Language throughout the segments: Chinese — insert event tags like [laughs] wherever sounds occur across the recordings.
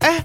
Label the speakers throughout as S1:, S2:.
S1: 哎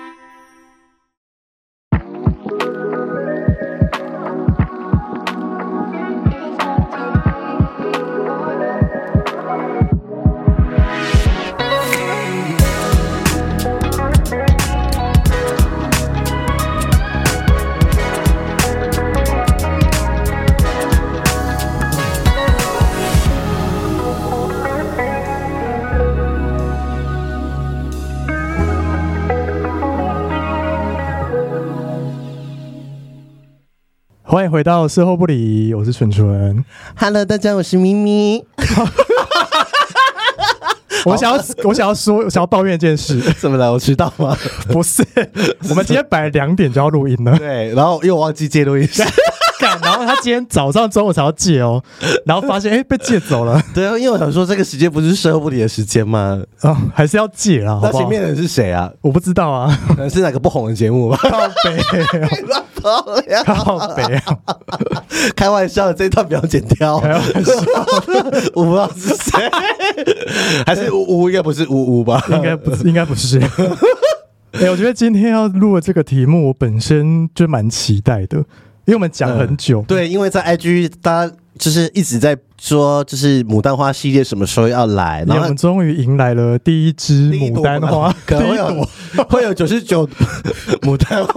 S2: 欢迎回到事后不理，我是纯纯。
S3: Hello，大家，我是咪咪。
S2: 我想要，我想要说，我想要抱怨一件
S3: [laughs]
S2: 事，
S3: 怎么了？我迟到吗？
S2: 不是，我们今天本来两点就要录
S3: [laughs]
S2: 音了，
S3: 对，然后又忘记借录音室。
S2: 干然后他今天早上、中午才要借哦，然后发现哎、诶被借走了，
S3: [laughs] 对，啊因为我想说这个时间不是事后不理的时间吗？
S2: 哦，还是要借啦，好
S3: 那
S2: 不
S3: 前
S2: 好？
S3: 面的人是谁啊？
S2: 我不知道啊，
S3: 可能是哪个不红的节 [laughs] 目吧？
S2: 靠北、哦，
S3: 乱跑呀！
S2: 靠北、哦，
S3: [laughs] 开玩笑，这一段不要剪掉。
S2: 开玩笑，
S3: 我不知道是谁， [laughs] 还是呜呜，应该不是呜呜吧？
S2: 应该不是，应该不
S3: [laughs]
S2: 是。哎、我觉得今天要录的这个题目，我本身就蛮期待的，因为我们讲很久，
S3: [laughs] 嗯对，因为在 IG 大家就是一直在说，就是牡丹花系列什么时候要来，
S2: 因
S3: 然
S2: 为
S3: 后
S2: 我们终于迎来了第一只牡丹花，
S3: [laughs] 可能会
S2: 第一朵
S3: 有会有九十九 [laughs] 牡
S2: [laughs]
S3: 丹花，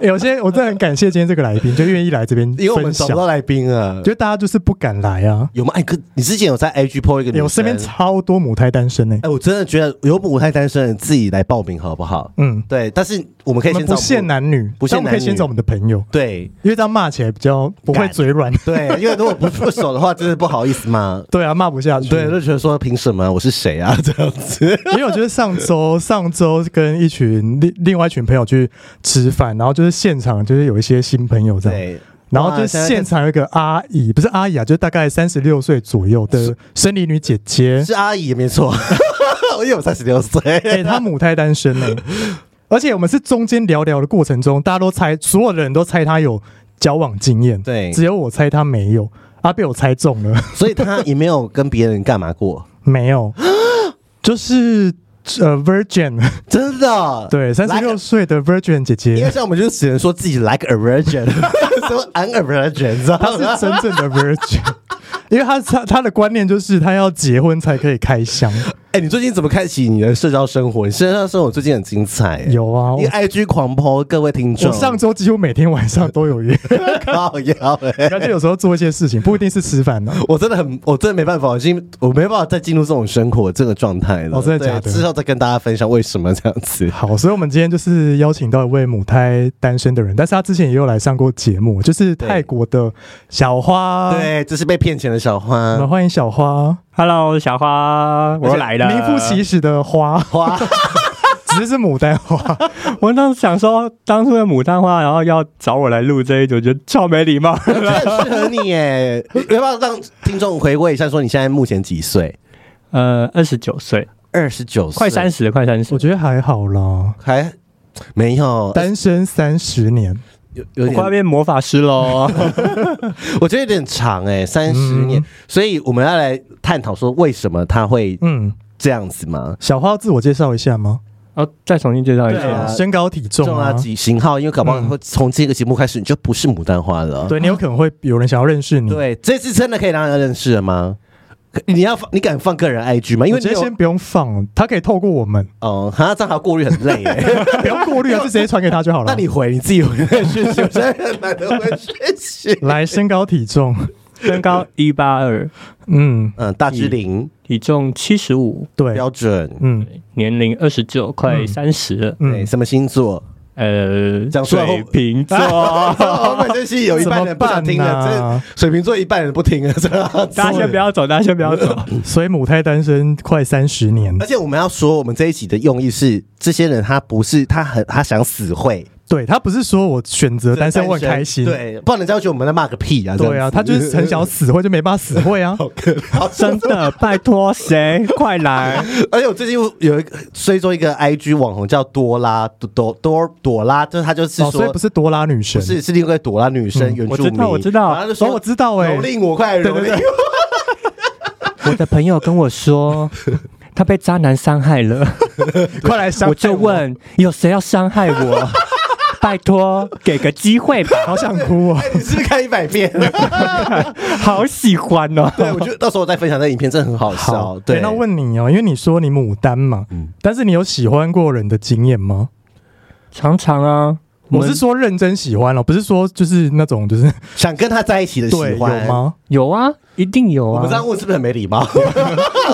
S2: 欸有些我真的很感谢今天这个来宾，就愿意来这边
S3: 因为我们
S2: 分
S3: 找
S2: 享
S3: 不。到来宾啊
S2: 觉。得大家就是不敢来啊，
S3: 有吗？哎哥，你之前有在 IG po 一个
S2: 欸、
S3: 女生，
S2: 我身边超多母胎单身呢、
S3: 哎，我真的觉得有母胎单身的自己来报名好不好？
S2: 嗯，
S3: 对，但是我们可以
S2: 我
S3: 先
S2: 们
S3: 找
S2: 不限男女，
S3: 不限
S2: 但我们可以
S3: 男女
S2: 先找我们的朋友，
S3: 对
S2: 因为这样骂起来比较不会
S3: 敢
S2: 嘴软。 [laughs]
S3: 对，因为如果不不熟的话，真的不好意思嘛。
S2: 对啊，骂不下去。
S3: 对，就觉得说凭什么我是谁啊 [laughs] 这样子？
S2: [laughs] 因为我觉得上
S3: [laughs]
S2: 周上周跟一群另另外一群朋友去吃饭，然后就是现场就是有一些新朋友这样，
S3: 对，
S2: 然后就
S3: 哇
S2: 是现场有一个阿姨，不是阿姨啊，就是大概三十六岁左右的生理女姐姐，
S3: 是阿姨没错， [laughs] 我有三十六岁，
S2: [laughs] 哎、她母胎单身呢、 [laughs] 而且我们是中间聊聊的过程中，大家都猜，所有的人都猜她有交往经验，
S3: 对
S2: 只有我猜她没有，啊，被我猜中了，
S3: 所以她也没有跟别人干嘛过，
S2: 没
S3: [laughs]
S2: 有，就是呃 virgin， [laughs]
S3: 真的。
S2: 对，三十六
S3: Like-
S2: 岁的 virgin 姐
S3: 因为
S2: 姐，
S3: 像我们就只能说自己 like
S2: [laughs]
S3: a virgin，什么 I'm a virgin，你知道
S2: 她
S3: 吗
S2: 是？真正的
S3: [laughs]
S2: virgin。因为她她她的观念就是她要结婚才可以开
S3: [laughs]
S2: 箱，
S3: 哎、你最近怎么开启你的社交生活？你社交生活最近很精彩、欸，
S2: 有啊，
S3: 你
S2: 我
S3: IG 狂抛各位听众，
S2: 我上周几乎每天晚上都有约，
S3: [laughs] 靠腰、欸，
S2: 而且有时候做一些事情，不一定是吃饭啊呢、
S3: 我真的很，我真的没办法，我已经我没办法再进入这种生活这个状态了。
S2: 哦真的假的
S3: 对之后再跟大家分享为什么这样子。
S2: 好，所以我们今天就是邀请到一位母胎单身的人，但是他之前也有来上过节目，就是泰国的小花。，
S3: 对，这是被骗钱的小
S2: 我
S3: 花
S2: 们欢迎小花，
S4: Hello，小花，我又来了。
S2: 名副其实的花，
S3: 花， [laughs]
S2: 只是牡丹花。
S4: 我当时想说，当初的牡丹花，然后要找我来录这一组，觉得超没礼貌。
S3: 真的很适合你耶！你要不要让听众回味一下？说你现在目前几岁？
S4: [laughs] 呃，二十九岁，
S3: 二十九岁，
S4: 快三十，快三十
S2: 我。觉得还好啦，
S3: 还没有，
S2: 单身三十年，
S3: 有有
S4: 我快
S3: 点，
S4: 要变魔法师喽！ [laughs]
S3: 我觉得有点长哎、三十
S2: 嗯
S3: 年，所以我们要来探讨说为什么他会
S2: 嗯，
S3: 这样子吗？
S2: 小花要自我介绍一下吗？
S4: 然后哦再重新介绍一
S3: 对啊
S4: 下，
S2: 身高体重
S3: 重
S2: 啊
S3: 啊，，几型号？因为搞不好会从这个节目开始，你就不是牡丹花了。
S2: 对你有可能会有人想要认识你。
S3: 对，这次真的可以让人认识了吗？可你要放你敢放个人 IG 吗？因
S2: 我
S3: 为你
S2: 觉得
S3: 有
S2: 先不用放，他可以透过我们，
S3: 哦，哈，这样还要过滤很累耶。
S2: [laughs] 不用过滤啊，就直接传给他就好了。
S3: [laughs] 那你回你自己回讯息，我真的很懒得回讯
S2: [laughs]
S3: 息。
S2: 来身高体重，
S4: 身高一八二，
S2: 嗯，
S3: 嗯，大之零
S4: 体重七十五，
S2: 对，
S3: 标准，
S2: 嗯
S4: 年龄二十九，快三十了。
S3: 对，
S2: 嗯，
S3: 什么星座？
S4: 呃，
S3: 讲出来后
S2: [laughs]
S4: 水
S2: 啊
S4: 瓶座，
S3: 我们这期有一半人不想听
S2: 怎么办
S3: 了，
S2: 啊
S3: 这水瓶座一半人不听了，啊这样子
S4: 大家先不要走，大家先不要走。
S2: 所以母胎单身快三十年
S3: 而，且我们要说，我们这一集的用意是，这些人他不是他很他想死会
S2: 对他不是说我选择单身我很开心，
S3: 对，不然人家会觉得我们在骂个屁啊！
S2: 对啊，他
S3: [laughs]
S2: 就是很想要
S3: 要，
S2: 死会就没办法死会啊
S3: 好可怕，
S4: [laughs] 真的，拜托谁，快来！
S3: 而且我最近有一个追踪一个 IG 网红叫多拉朵朵朵朵拉，就是他 [laughs] 就是
S2: 哦，
S3: 说、
S2: 所以不是嗯多拉女神
S3: 不，是是另外一个朵拉女生、原
S4: 我
S3: 住
S4: 知
S3: 民，
S4: 道我知道
S3: 然后他就说、
S2: 哦我知道欸
S3: 蹂躏我快来蹂
S2: [laughs] 对对
S3: 躏
S2: 对
S3: 我，
S4: 我的朋友跟
S2: [laughs]
S4: 我说，他被渣男伤害了，
S2: 快来哎伤害
S4: 我就，问有谁要伤
S2: [laughs]
S4: 害我？拜托，给个机会吧，
S2: 好想哭啊！
S3: 哎你是不是看一百遍？
S4: 好喜欢哦。
S3: [laughs] 对，我觉得到时候我再分享那影片，真的很 [laughs] 好笑。对，
S2: 诶那问你哦，因为你说你牡丹嘛，但是你有喜欢过人的经验吗？
S4: 常常啊，
S2: 我
S4: 们
S2: 是说认真喜欢哦，不是说就是那种就是
S3: 想跟他在一起的喜
S2: 对有
S3: 欢？
S2: 吗？
S4: 有啊，一定有
S3: 我
S4: 啊
S3: 们。这样问是不是很没礼 [laughs] 貌？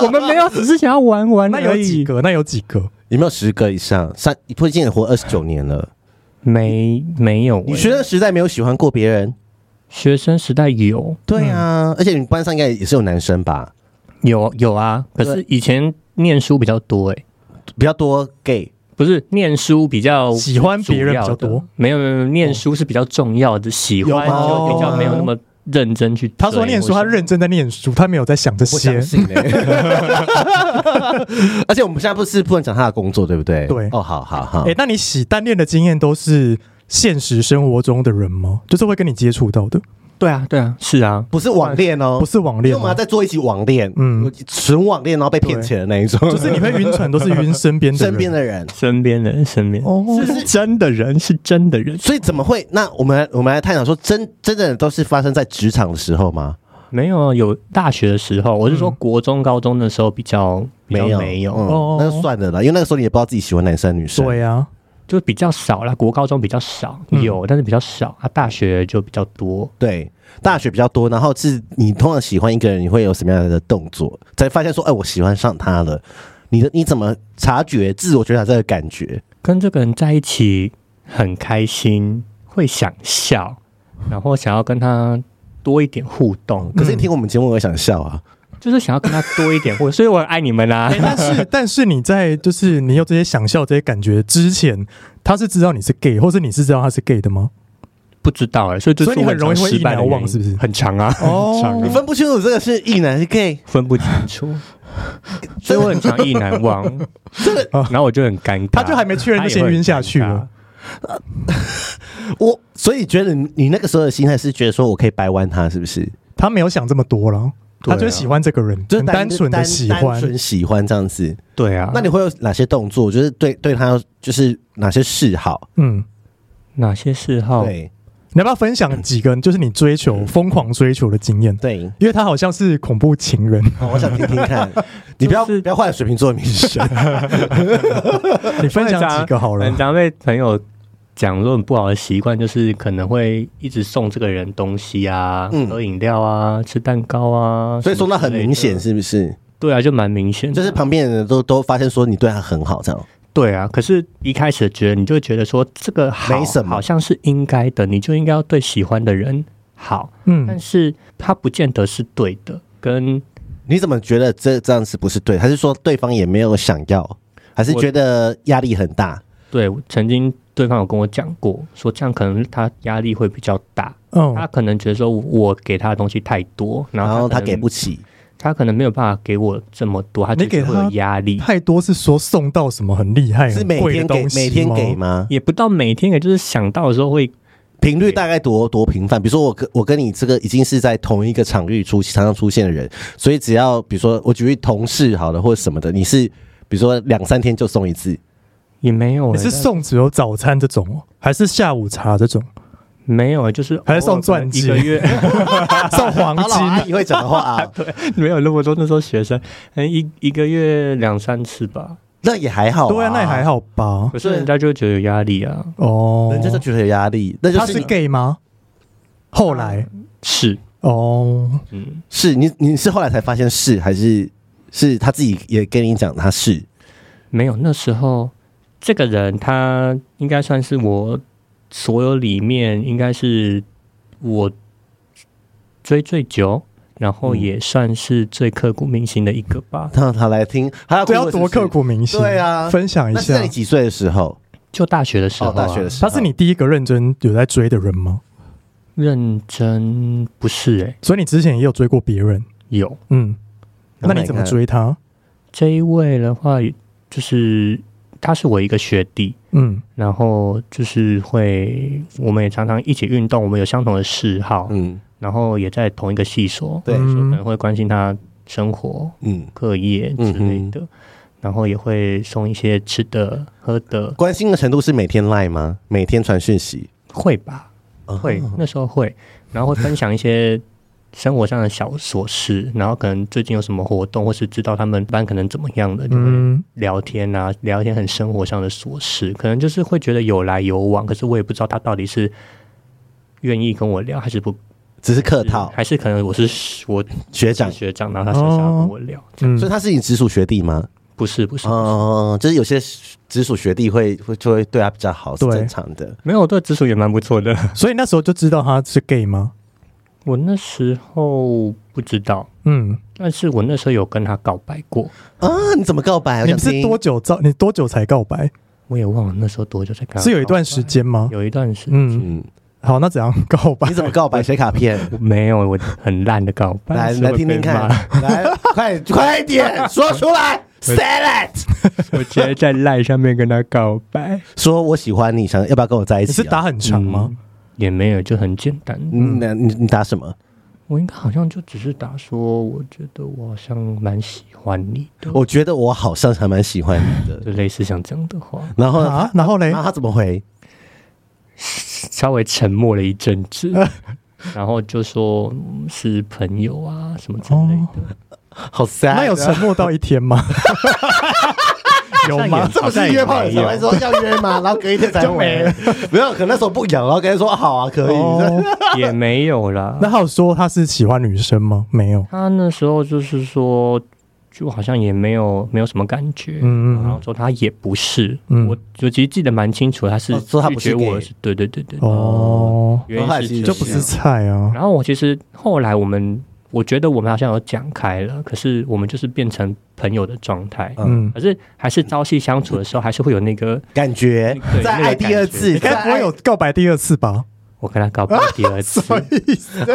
S4: 我们没有，只是想要玩玩
S2: 那有
S4: 而
S2: 几
S4: 已。
S2: 个？那有几个？
S3: 有没有十个以上？三，你已经活二十九年了。
S4: 没没有欸、
S3: 你学生时代没有喜欢过别人？
S4: 学生时代有
S3: 对啊，而且你们班上应该也是有男生吧？
S4: 有有啊，可是以前念书比较多哎、
S3: 比较多 gay
S4: 不是念书比较
S2: 喜欢别人比较
S4: 主要的
S2: 多，
S4: 没有没有，没有念书是比较重要的，喜欢
S3: 有吗
S4: 就比较没有那么认真去追。
S2: 他说念书，他
S4: 我想
S2: 认真在念书，他没有在想这
S3: 不相
S2: 些。
S3: 信欸 [laughs] 而且我们现在不是不能讲他的工作，对不对？
S2: 对
S3: 哦，好好好
S2: 哎、。那你喜单恋的经验都是现实生活中的人吗？就是会跟你接触到的，
S4: 对啊对啊，是啊，
S3: 不是网恋哦，
S2: 不是网
S3: 因为
S2: 恋
S3: 我们要
S2: 吗？
S3: 再做一集网恋，嗯
S2: 嗯，
S3: 纯网恋然后被骗钱的那一种，就
S2: 就是你会晕船，都是晕身边的人。
S3: 身 [laughs] 边的人。
S4: 身边的人身边
S2: 哦，
S4: 是真的人是真的人，
S3: 所以怎么会？那我们我们来探讨说，真真的都是发生在职场的时候吗？
S4: 没有有大学的时候，我是说国中高中的时候比较比较
S3: 有，
S4: 没有，
S2: 哦
S3: 嗯，那就算了啦，因为那个时候你也不知道自己喜欢男生女生。
S2: 对啊，
S4: 就比较少啦，国高中比较少
S2: 嗯
S4: 有，但是比较少啊，大学就比较多。
S3: 对，大学比较多，然后是你通常喜欢一个人，你会有什么样的动作？才发现说，哎，我喜欢上他了。你的你怎么察觉自我觉察这个感觉？
S4: 跟这个人在一起很开心，会想笑，然后想要跟他多一点互动，
S2: 嗯
S3: 可是你听我们节目，我会想笑啊。
S4: 就是想要跟他多一点互动， [laughs] 所以我很爱你们啊啦、
S2: 诶但是但是你在就是你有这些想笑这些感觉之前，他是知道你是 gay，或是你是知道他是 gay 的吗？
S4: 不知道哎、所以这是
S2: 所以你
S4: 我
S2: 很容易会
S4: 常失败的
S2: 意难
S4: 原
S2: 忘
S4: 因
S2: 是不是
S4: 很长啊，
S2: 哦
S4: 很长
S3: 你
S4: 啊
S3: 分不清楚这个是异男还是 gay，
S4: 分不清楚，所以我很常意难 [laughs] 忘，然后我就很尴尬，
S2: 他就还没确认就先晕下去了
S3: 我所以觉得你你那个时候的心态是觉得说我可以掰弯他，是不是？
S2: 他没有想这么多了，
S3: 对
S2: 他
S3: 啊
S2: 就是喜欢这个人，
S3: 就是
S2: 很单纯的喜
S3: 单单
S2: 欢。
S3: 纯喜欢这样子。
S4: 对啊，
S3: 那你会有哪些动作？就是对对他就是哪些嗜好？
S2: 嗯，
S4: 哪些嗜好？
S3: 对
S2: 你要不要分享几个就是你追
S3: 嗯
S2: 求疯狂追求的经验？
S3: 对，
S2: 因为他好像是恐怖情
S3: [laughs]
S2: 人，
S3: 好我想听听
S4: [laughs]
S3: 看。你不要
S4: 就是
S3: 不要换水瓶座的名
S4: [laughs]
S3: 声。
S2: 你分享
S4: 我很常
S2: 几个好了
S4: 很。常被嗯朋友讲说很不好的习惯，就是可能会一直送这个人东西啊，
S3: 嗯
S4: 喝饮料啊，吃蛋糕啊，
S3: 所以说那很明
S4: 什
S3: 显，
S4: 么之类的，
S3: 是不是？
S4: 对啊，就蛮明显的，
S3: 就是旁边的人都都发现说你对他很好，这样
S4: 对啊。可是一开始觉得你就会觉得说这个好
S3: 没什么
S4: 好像是应该的，你就应该要对喜欢的人好，但
S2: 嗯，
S4: 是他不见得是对的，跟
S3: 你怎么觉得这这样子不是对？还是说对方也没有想要，还是
S4: 我
S3: 觉得压力很大？
S4: 对曾经对方有跟我讲过，说这样可能他压力会比较大，他
S2: 哦，
S4: 可能觉得说我给他的东西太多，然
S3: 然
S4: 后
S3: 后
S4: 他
S3: 他
S4: 可能
S3: 给不起，
S4: 他可能没有办法给我这么多，他
S2: 你
S4: 就是
S2: 给他
S4: 会有压
S2: [laughs]
S4: 力，
S2: 太多是说送到什么很厉
S4: 哎
S2: 害、
S3: 是
S2: 很
S3: 每
S2: 贵
S3: 天
S2: 的
S3: 给
S2: 东西
S3: 每天
S2: 吗
S3: 给？吗？
S4: 也不到每天，也就是想到的时候会
S3: 频率大概多多频繁？比如说我跟我跟你这个已经是在同一个场域出常常出现的人，所以只要比如说我举例同事好了或者什么的，你是比如说两三天就送一次，
S4: 也没有、欸，
S2: 你是送只有早餐这种哦，还是下午茶这种，
S4: 但没有、欸，就是
S2: 还是送钻戒
S4: 偶尔可
S2: [laughs]
S4: 能一个月
S2: 送黄
S3: [laughs] 好老阿
S2: 金？
S3: 姨会讲的
S2: [laughs]
S3: 话啊，
S4: 没有那么多。那时候学生，嗯，一一个月两三次吧。
S3: 那也还好，
S2: 对啊，那也还
S3: 好，
S2: 好吧。
S4: 可是人家就会觉得有压力啊，
S2: 哦，
S3: 人家就觉得有压力，那就
S2: 他
S3: 是
S2: 是
S3: 你
S2: gay 吗？后来
S4: 是，
S3: 啊
S2: 哦，
S4: 嗯，
S3: 是你你是后来才发现是还是是他自己也跟你讲他是
S4: 没有。那时候这个人他应该算是我所有里面应该是我追最久，然后
S2: 嗯
S4: 也算是最刻骨铭心的一个吧。
S3: 他他来听，他要
S2: 这要
S3: 哭了是
S2: 多
S3: 不是
S2: 刻骨铭心。
S3: 对啊
S2: 分享一
S3: 那是
S2: 下
S3: 在你。几岁的时候？
S4: 就大学的时候、
S3: 哦，
S4: 啊
S3: 大学的时
S2: 他
S3: 候。
S2: 是你第一个认真有在追的人吗？
S4: 认真不是诶、欸
S2: 所以你之前也有追过别人，
S4: 有
S2: 嗯，
S3: Oh
S2: 那
S3: my
S2: 你怎么追他？
S4: 这一位的话，就是他是我一个学弟，
S2: 嗯，
S4: 然后就是会我们也常常一起运动，我们有相同的嗜好，
S3: 嗯
S4: 然后也在同一个系所，
S3: 对
S4: 所以可
S2: 嗯
S4: 能会关心他生活、
S3: 嗯，
S4: 课业之类的，然后也会送一些吃的、喝的，
S3: 关心的程度是每天赖吗？每天传讯息？
S4: 会吧？
S2: 哦
S4: 会，那时候会，然后会分享一些生活上的小琐事，然后可能最近有什么活动，或是知道他们班可能怎么样的，就会
S2: 嗯
S4: 聊天啊，聊一些很生活上的琐事，可能就是会觉得有来有往，可是我也不知道他到底是愿意跟我聊，还是不
S3: 只是客套，
S4: 还是可能我是我
S3: 学长
S4: 是。学长，然后他是想要跟我聊，这样
S2: 嗯
S3: 所以他是你直属学弟吗？
S4: 不是不是，不是
S3: 哦、就是有些直属学弟会会就会对他比较好，是
S2: 对
S3: 正常的。
S4: 没有，我对直属也蛮不错的。
S2: 所以那时候就知道他是 gay 吗？
S4: 我那时候不知道，
S2: 嗯，
S4: 但是我那时候有跟他告白过，
S3: 啊，你怎么告白？我
S2: 你
S3: 想
S2: 们是
S3: 听
S2: 多久照？你多久才告白？
S4: 我也忘了那时候多久在跟他
S2: 是有一段
S4: 告白
S2: 时，间吗？
S4: 有一段时间。
S2: 嗯，
S3: 嗯，
S2: 好，那怎样告白
S3: 你？怎么
S2: [laughs]
S3: 告白？写卡片？
S4: 没有，我很烂的告白。
S3: 来
S4: 是会
S3: 来听听
S4: 被
S3: 看 [laughs]
S4: 骂，
S3: 来快快
S2: [laughs]
S3: 点说出来，say it，
S4: [laughs] 我直接在赖上面跟他告白，
S3: 说我喜欢你，想要不要跟我在
S2: 你
S3: 一起、
S2: 是打
S3: 啊？
S2: 很长吗？
S4: 也没有，就很简单。
S3: 嗯，那你你打什么？
S4: 我应该好像就只是打说，我觉得我好像蛮喜欢你的，
S3: 我觉得我好像还蛮喜欢你的。
S4: 就类似像这样的话， [laughs]
S3: 然后呢？
S2: 啊，然后嘞
S3: 然，后他怎么回？
S4: 稍微沉默了一阵子，然后就说嗯是朋友啊什么之类的。
S3: 好 sad 啊。
S2: 那有沉默到一天
S4: [laughs]
S2: 吗？有
S4: 好像
S2: 吗
S4: 也？
S3: 这不是约炮的时候
S4: 好像
S3: 还说要
S4: 也没有
S2: [laughs]
S3: 约吗？然后隔一天才
S2: 就没了
S3: 回，没有，可能那时候不痒，然后跟他说好啊，可以。 [laughs]
S2: 哦，
S4: [laughs] 也没有啦。
S2: 那他有说他是喜欢女生吗？没有。
S4: 他那时候就是说，就好像也没有没有什么感觉，
S2: 嗯嗯嗯
S4: 然后说他也不是，
S2: 嗯
S4: 我就其实记得蛮清楚，他是
S3: 哦说他不是
S4: 拒绝我
S3: gay
S4: 是，对对对对，
S2: 哦，
S4: 原
S3: 哦他
S4: 因
S3: 也
S4: 是
S3: 是
S4: 这
S2: 就不
S4: 样
S2: 是菜啊。
S4: 然后我其实后来我们，我觉得我们好像有讲开了，可是我们就是变成朋友的状态。
S2: 嗯，
S4: 可是还是朝夕相处的时候，还是会有那个，
S3: 感觉
S4: 那个
S3: 再
S4: 那个
S3: 爱第二
S2: [laughs]
S3: 次，
S2: 你该不会有
S3: 再
S2: 告白第二次吧？
S4: 我跟他告白第二次，嗯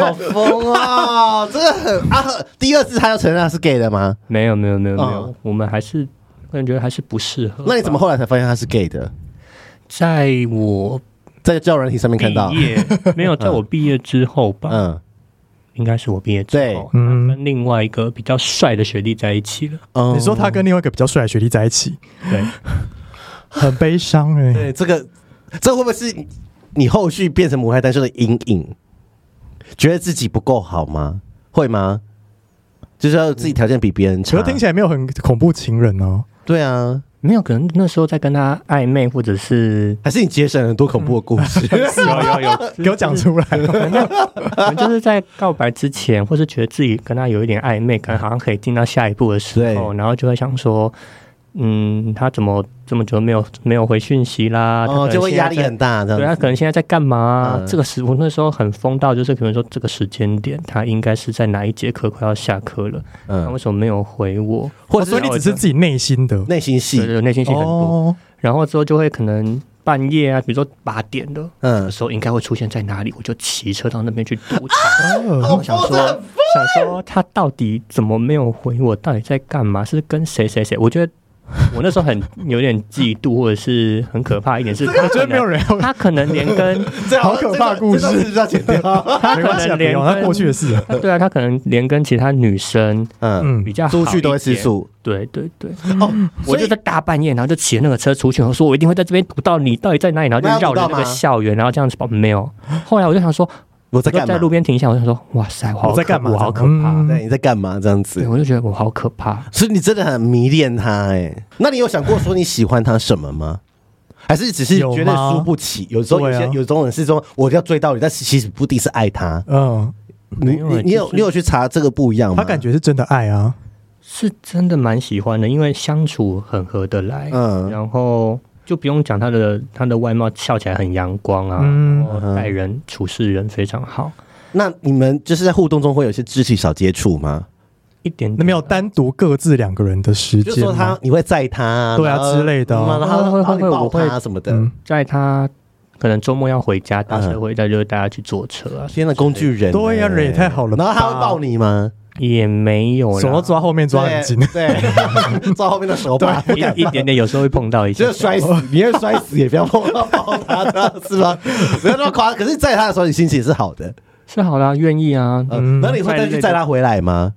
S3: 爱好疯啊？这个很啊，第二次他要承认他是 gay 的
S2: [laughs]
S3: 吗？
S4: 没有没有没有没有，
S3: 嗯
S4: 我们还是个人觉得还是不适合吧。
S3: 那你怎么后来才发现他是 gay 的？
S4: 在我
S3: 在交友软体上面看到
S4: 毕，业没有，在我毕业之后吧，
S3: 嗯，
S4: 应该是我毕业之后，
S2: 对嗯
S4: 他跟另外一个比较帅的学弟在一起了。
S3: 哦
S2: 你说他跟另外一个比较帅的学弟在一起，
S4: 对，
S2: 很悲伤哎。
S3: 对这个，这会不会是你后续变成母胎单身的阴影？觉得自己不够好吗？会吗？就是要自己条件比别人
S2: 可
S3: 差
S2: 是，听起来没有很恐怖情人哦。
S3: 对啊，
S4: [laughs] 没有，可能那时候在跟他暧昧，或者是
S3: 还是你节省了很多恐怖的故事？
S2: [laughs]
S4: 有有有，
S2: 给我讲出来，哦
S4: [laughs] 可能就是在告白之前，或是觉得自己跟他有一点暧昧，可能好像可以进到下一步的时候，
S3: 对
S4: 然后就会想说，嗯，他怎么这么久没有 [laughs] 没有回讯息啦？他
S3: [laughs]
S4: 可
S3: 哦，
S4: 能
S3: 就会
S4: 嗯现在
S3: 压力
S4: 在
S3: 很大，这
S4: 对他
S3: 样子。
S4: 可能现在在干嘛啊、
S3: 嗯
S4: 这个时我那时候很疯到，就是可能说这个时间点，他应该是在哪一节课快要下课了，他为
S3: 嗯，
S4: 什么没有回我？
S3: 或
S2: 哦所以
S3: 者
S2: 你
S4: 我
S2: 只
S4: 就是
S2: 自己内心的
S3: 内心戏
S4: 对，对，内心戏很多。
S2: 哦。
S4: 然后之后就会可能半夜啊，比如说八点了，
S3: 嗯
S4: 那，时候应该会出现在哪里，我就骑车到那边去堵他。然
S2: 哦
S4: 后想说，想说他到底怎么没有回我？到底在干嘛？是跟谁谁谁？我觉得我那时候很有点嫉妒，或者是很可怕一点是，我
S2: 我觉得没有人要
S4: [laughs] 他可能连跟 [laughs]
S3: 这
S2: 好可怕的故事
S3: 这段是不是要剪掉？
S4: 他
S2: 没
S4: 可
S2: 关系啊，
S4: 能
S2: 不用，
S4: 连
S2: 那过去的
S4: 跟
S2: 事啊。
S4: 他对啊，他可能连跟其他女生
S3: [laughs] 嗯，
S2: 嗯
S4: 比，较好
S3: [laughs] 出去都会
S4: 一点
S3: 吃。素
S4: 对对对，
S3: 哦，
S4: 我
S3: 所
S4: 就
S3: 以
S4: 在大半夜，然后就骑那个车出去，我说我一定会在这边堵到你，到底在哪里？然后
S3: 那
S4: 就
S3: 有
S4: 绕
S3: 堵到
S4: 着那个
S3: 吗
S4: 校园，然后这样子跑。没有。后来我就想说，
S3: 我在
S4: 我就
S3: 干
S4: 在
S3: 嘛
S4: 路？边停下，我就想说，哇塞，我好
S2: 我在
S4: 可
S2: 干嘛
S4: 我好
S2: 这
S4: 可
S2: 样
S4: 怕。
S2: 嗯
S3: 对，你在干嘛？这样
S4: 对，
S3: 子，
S4: 我就觉得我好可怕。
S3: 所以你真的很迷恋他哎。那你有想过说你喜欢他什么吗？还是只是
S2: 有吗
S3: 觉得输不起？有时候有
S2: 对啊
S3: 些有种人是说我要追到你，但是其实不一定是爱他。
S2: 嗯，
S3: 你
S4: 没有欸
S3: 你你有
S4: 就是
S3: 你有去查这个不一样吗？
S2: 他感觉是真的爱啊。
S4: 是真的蛮喜欢的，因为相处很合得来，
S3: 嗯
S4: 然后就不用讲他的他的外貌，笑起来很阳光啊，
S2: 嗯
S4: 然后待人处事人非常好，
S3: 那你们就是在互动中会有一些肢体小接触吗？
S4: 一点
S2: 那没有单独各自两个人的时
S3: 就
S2: 间
S3: 是说他
S2: 吗，
S3: 你会载他，
S2: 对啊
S3: 然后
S2: 之类的啊
S3: 嗯然后
S4: 会
S3: 然后你
S4: 会
S3: 抱
S4: 我会
S3: 他什么的。
S2: 嗯
S4: 在他可能周末要回家，搭车
S3: 嗯
S4: 回家就是带他去坐车啊，
S3: 天呐，工具人欸！
S2: 对呀人也太好了吧
S3: 然后他会抱啊你吗？
S4: 也没有
S2: 手
S4: 啦
S2: 要，抓后面抓很紧，
S3: 对，对 [laughs] 抓后面的手把，不 [laughs] 敢
S4: 一一点点有时候会碰到一
S3: 就
S4: 些
S3: 是，摔死，啊你要摔死也不要碰到抱他，是
S2: [laughs]
S3: 吗？不要那么夸张。可是载他的时候，你心情是好的。
S4: 是好啦，愿意啊，
S2: 嗯
S3: 嗯，那你会再去载他回来吗？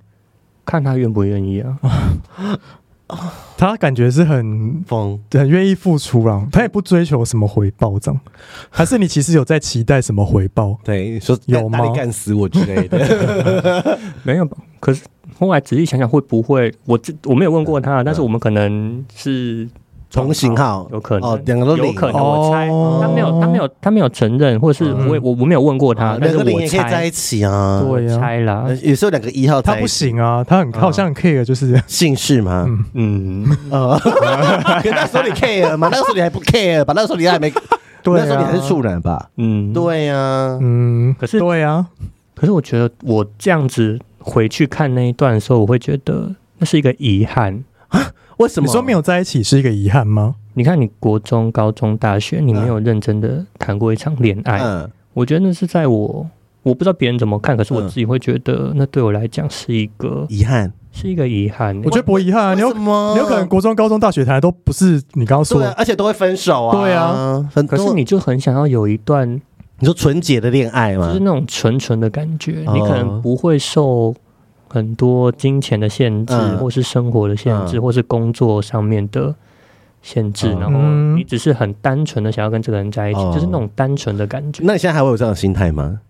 S4: 看他愿不愿意啊，
S2: [laughs] 他感觉是很
S3: 疯，
S2: 很愿意付出啦，他也不追求什么回报这样，还是你其实有在期待什么回报？
S3: 对，你说
S2: 有吗
S3: 打你干死我之
S2: [laughs]
S3: 类的。
S4: 没有吧？可是后来仔细想想，会不会我这我没有问过他，但是我们可能是
S3: 同型号
S4: 有可能
S3: 哦，两个都
S4: 有
S3: 零
S4: 可能，
S3: 哦
S4: 我猜
S2: 哦
S4: 他没有，他没有，他没有承认，或是我也我我没有问过他，但
S3: 啊两
S4: 是
S3: 个零
S4: 我
S3: 也可以在
S4: 猜嗯
S3: 一起啊。
S2: 嗯对呀，
S4: 猜啦
S3: 呃，有时候两个一号
S2: 他
S3: 在
S2: 不
S3: 一起，
S2: 行啊，他很好像很 care 就是
S3: 姓氏吗？
S4: 嗯，
S3: [laughs] 呃，可那
S2: [laughs]
S3: 时候你 care 吗？那时候你还不 care 吧？那时候你还没，
S2: 对啊
S3: 那时候你还是处男吧？
S4: 嗯，。
S3: [laughs] 对啊呀，
S2: [laughs] 嗯，
S4: 可是
S2: 对啊，
S4: 可是我觉得我这样子回去看那一段的时候，我会觉得那是一个遗憾。
S3: 为什么？
S2: 你说没有在一起是一个遗憾吗？
S4: 你看，你国中、高中、大学，你没有认真的谈过一场恋爱，
S3: 嗯，
S4: 我觉得那是在我，我不知道别人怎么看，可是我
S3: 嗯
S4: 自己会觉得，那对我来讲是一个
S3: 遗憾。
S4: 是一个遗憾欸。
S2: 我觉得不会遗憾啊，你有
S3: 为什么
S2: 你有可能国中、高中、大学谈的都不是你刚刚说
S3: 对啊
S2: 的，
S3: 而且都会分手啊。
S2: 对
S3: 啊，很
S4: 可
S3: 多
S4: 是你就很想要有一段，
S3: 你说纯洁的恋爱
S4: 就
S3: 吗
S4: 是？那种纯纯的感觉，
S3: 哦
S4: 你可能不会受很多金钱的限制，
S3: 嗯
S4: 或是生活的限制，
S3: 嗯
S4: 或是工作上面的限制，
S3: 嗯
S4: 然后你只是很单纯的想要跟这个人在一起，
S3: 哦
S4: 就是那种单纯的感觉。
S3: 那你现在还会有这种心态吗？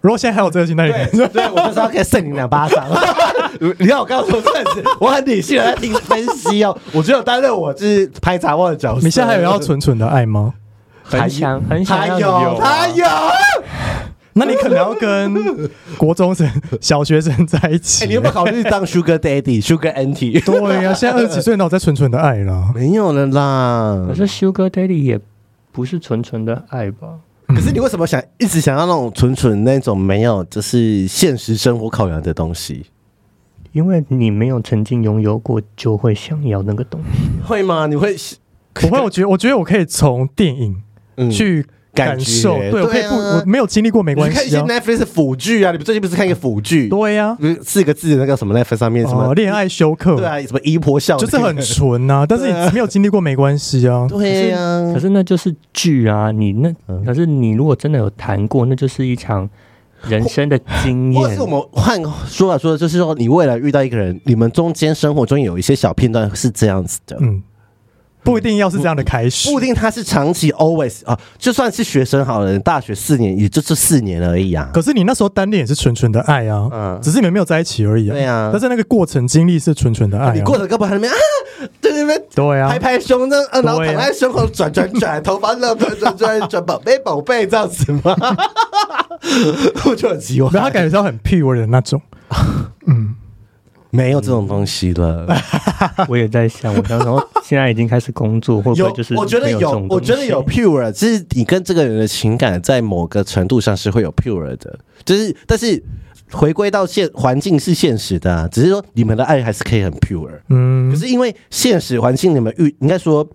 S2: 如果现在还有这个心态，你可能
S3: 对，我就是要给扇你两巴掌。你看我刚刚说这样子，我很理性的在听分
S2: [laughs]
S3: 析哦。我只有担任我就是拍杂货的角
S2: [laughs]
S3: 色。
S2: 你现在还有要纯纯的爱吗？
S4: 很想很想
S3: 他
S4: 要
S3: 有，
S4: 啊
S3: 他有。哎
S2: 那你可能要
S3: [laughs]
S2: 跟国中生、小学生在一起
S3: 哎，你。有没有考虑当 Sugar Daddy、Sugar Auntie？
S2: 对呀、啊现在二十几岁，那我在纯纯的爱
S3: [laughs]
S2: 啦。
S3: 没有了啦。
S4: 可是 Sugar Daddy 也不是纯纯的爱吧？
S3: 可是你为什么想一直想要那种纯纯那种没有就是现实生活考量的东西？
S4: 因为你没有曾经拥有过，就会想要那个东西。
S3: 会吗？你会
S2: 不会，我觉得，我觉得我可以从电影
S3: 嗯
S2: 去
S3: 感
S2: 感
S3: 觉
S2: 受，对我可以
S3: 对啊
S2: 不，我没有经历过没
S3: 你去
S2: 关
S3: 看一
S2: 系
S3: 些
S2: 啊。
S3: Netflix 腐剧啊？你最近不是看一个腐剧？
S2: 对呀、
S3: 不是四个字的那个什么 Netflix 上面什么
S2: 哦，？恋爱休克，
S3: 对啊，什么姨婆笑
S2: 就是很纯呐、但是
S3: 对啊
S2: 你没有经历过没关系啊。
S3: 对呀
S4: 可。是那就是剧啊，你那、
S3: 嗯
S4: 可是你如果真的有谈过，那就是一场人生的经
S3: 或者
S4: 验
S3: 是我。们换个说法说，就是说你未来遇到一个人，你们中间生活中有一些小片段是这样子的，
S2: 嗯，不一定要是这样的开始。
S3: 不一定他是长期 always 啊，就算是学生好了，大学四年也就是四年而已啊。
S2: 可是你那时候单恋也是纯纯的爱啊，
S3: 嗯
S2: 只是你们没有在一起而已啊。
S3: 对啊
S2: 但是那个过程经历是纯纯的爱、啊。
S3: 你过着胳膊还没啊，对对对。
S2: 对啊
S3: 拍，拍胸，那呃然后
S2: 对
S3: 躺
S2: 啊
S3: 在胸口转转转，头发那转转转转，宝贝宝贝这样子吗？我就很奇怪，
S2: 然后他感觉到很 pure 的那种。
S3: 没有这种东西了。
S4: [laughs] 我也在想，我想说现在已经开始工作，会不
S3: 有
S4: 会就是，
S3: 我觉得
S4: 没有这种
S3: 我觉得
S4: 东西
S3: 有 pure，就是你跟这个人的情感在某个程度上是会有 pure 的，就是但是回归到现环境是现实的、啊，只是说你们的爱还是可以很 pure。
S2: 嗯
S3: 可，是因为现实环境，你们遇应该说。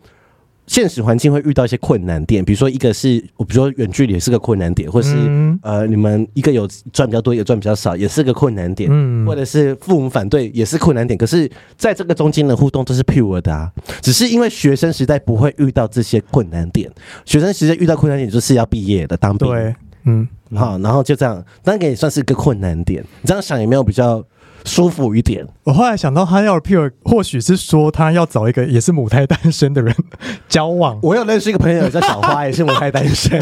S3: 现实环境会遇到一些困难点，比如说一个是我，比如说远距离也是个困难点，或是、
S2: 嗯
S3: 呃，你们一个有赚比较多，一个赚比较少，也是个困难点，
S2: 嗯
S3: 或者是父母反对也是困难点。可是在这个中间的互动都是 pure 的啊，只是因为学生时代不会遇到这些困难点，学生时代遇到困难点就是要毕业的当兵，
S2: 对，嗯，
S3: 好，然后就这样，那个也算是个困难点。你这样想有没有比较舒服一点？
S2: 我后来想到他要的 pure，或许是说他要找一个也是母胎单身的人 [laughs] 交往。
S3: 我有认识一个朋友叫小花，也是母胎单 [laughs] 身。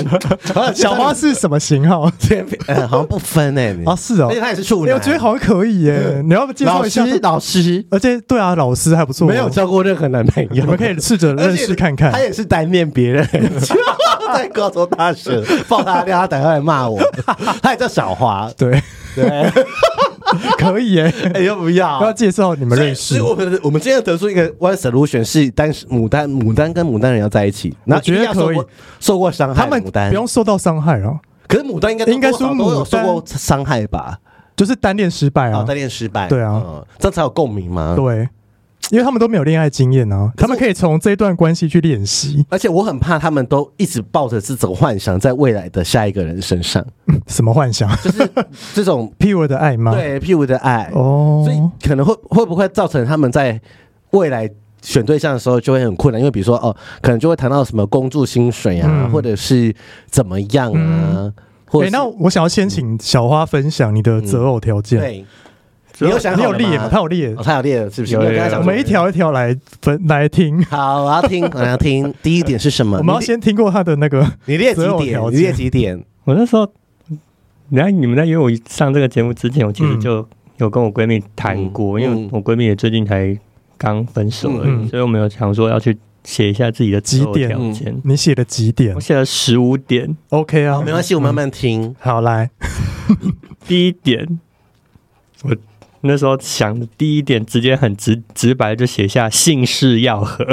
S2: 小花 [laughs] 是什么型
S3: [laughs]
S2: 号
S3: 天平，呃，好像不分哎、
S2: 啊？是哦
S3: 而且，他也是处
S2: 哎
S3: 男。
S2: 我觉得好像可以耶。你要不要介
S3: 老
S2: 绍一下？
S3: 师，老师
S2: 而且对啊，老师还不错哦，
S3: 没有交过任何男朋友，
S2: 你们可以试着 [laughs] 认识看看
S3: 而且他。也是单恋别
S2: [laughs]
S3: 人，在高中、大 [laughs] 学爆他料，他打电话来骂我，他也叫小花，
S2: 对，
S3: 对，
S2: 可以耶、
S3: [laughs] 哎，要不要
S2: 要介绍你们认识
S3: 所以。所以我们我们今天得出一个 one solution 是单牡丹牡丹跟牡丹人要在一起，那
S2: 我觉得
S3: 一定要受
S2: 可以
S3: 过受过伤害。
S2: 他们
S3: 牡丹
S2: 不用受到伤害啊，
S3: 可是牡丹应该
S2: 应该
S3: 多少
S2: 说
S3: 都有
S2: 牡丹
S3: 受过伤害吧？
S2: 就是单恋失败
S3: 然后
S2: 啊
S3: 单，恋失败，
S2: 对啊
S3: 嗯，这样才有共鸣嘛。
S2: 对，因为他们都没有恋爱经验啊，他们可以从这段关系去练习 [laughs]
S3: 而且我很怕他们都一直抱着这种幻想，在未来的下一个人身上，
S2: 什么幻想，
S3: 就是这种
S2: pure 的爱吗？，
S3: 对譬如的爱，所以
S2: 啊哦，
S3: 可能会会不会造成他们在未来选对象的时候就会很困难，因为比如说哦，可能就会谈到什么工作薪水啊，
S2: 嗯
S3: 或者是怎么样啊，或者
S2: 哎，
S3: 是、
S2: 那我想要先请小花分享你的择偶条件，
S3: 嗯对，你有想
S2: 你
S3: 好
S2: 有
S3: 了吗
S2: 列吗？他有列
S3: 哦、，他有列了是不是？
S4: 有
S3: 你有跟他
S4: 有
S3: 讲
S2: 我
S3: 过
S2: 们一条一条来分来听，
S3: 好，我要听，我要听。第一点是什么？
S2: 我们要先听过他的那个，
S3: 你列你
S2: 择
S3: 列
S2: 偶条
S3: 几点？你列
S2: 件
S3: 几点？
S4: 我那时候，然后你们在约我上这个节目之前，我其实
S2: 嗯
S4: 就有跟我闺蜜谈过，
S3: 嗯
S4: 因为我闺蜜也最近才刚分手而已，
S2: 嗯
S4: 所以我们有想说要去写一下自己的择偶
S2: 几点
S4: 条
S3: 嗯
S4: 件。
S2: 你写的几点
S4: 我写了十五点，
S2: ？OK 啊，
S3: 没关系，我慢慢听。
S2: 好来，
S4: 第一点，我那时候想的第一点直接很直直白就写下姓氏要合，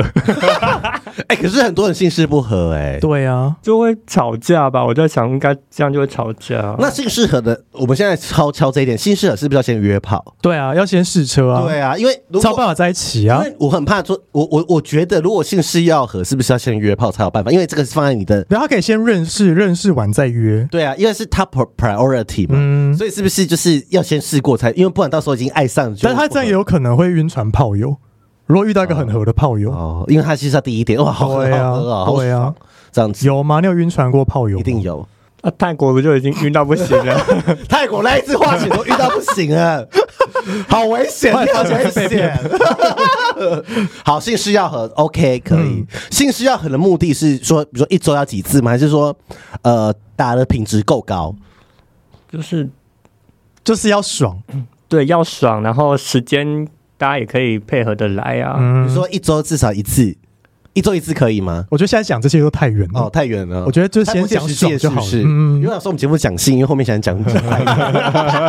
S3: [laughs] 哎、可是很多人姓氏不合哎、
S2: 对啊，
S4: [laughs] 就会吵架吧。我在想应该这样就会吵
S2: 啊
S4: 架。啊
S3: 那姓氏合的，我们现在敲敲这一点，姓氏合是不是要先约炮？
S2: 对啊，要先试车啊，
S3: 对啊，因为如
S2: 才有办
S3: 果
S2: 法在一起
S3: 因
S2: 啊，
S3: 为我很怕说，我我我觉得如果姓氏要合，是不是要先约炮才有办法？因为这个是放在你的
S2: 然后他可以先认识，认识完再约，
S3: 对啊，因为是 top priority 嘛，
S2: 嗯，
S3: 所以是不是就是要先试过才？因为不然到时候已经爱上就不合，
S2: 但他这样也有可能会晕船炮友，如果遇到一个很合的炮友，
S3: 哦，因为他其实要第一点，哇，好合
S2: 对啊
S3: 好合哦，好
S2: 对啊
S3: 爽这样子
S2: 有吗？你有晕船过炮友？
S3: 一定。有。
S4: 啊，泰国不就已经晕到不行了？
S3: 泰国那一次花钱都遇到不行
S2: [laughs]
S3: 啊，好危险，好危险。 [laughs] 好，姓氏要合，OK，可
S2: 嗯
S3: 以。姓氏要合的目的是说，比如说一周要几次吗？还是说，呃，打的品质够高？
S4: [laughs] 就是
S2: 就是要爽，
S4: 对，要爽，然后时间大家也可以配合的来啊。
S3: 比
S2: 嗯
S3: 如，说一周至少一次，一周一次可以吗？
S2: 我觉得现在讲这些都太远
S3: 哦，
S2: 了，
S3: 太远了。
S2: 嗯我觉得就是先
S3: 讲
S2: 讲爽就好了。
S3: 是不是
S2: 嗯
S3: 因为，老师我们节目讲性，因为后面想
S2: [laughs]
S3: 讲 [laughs] 讲
S2: [laughs]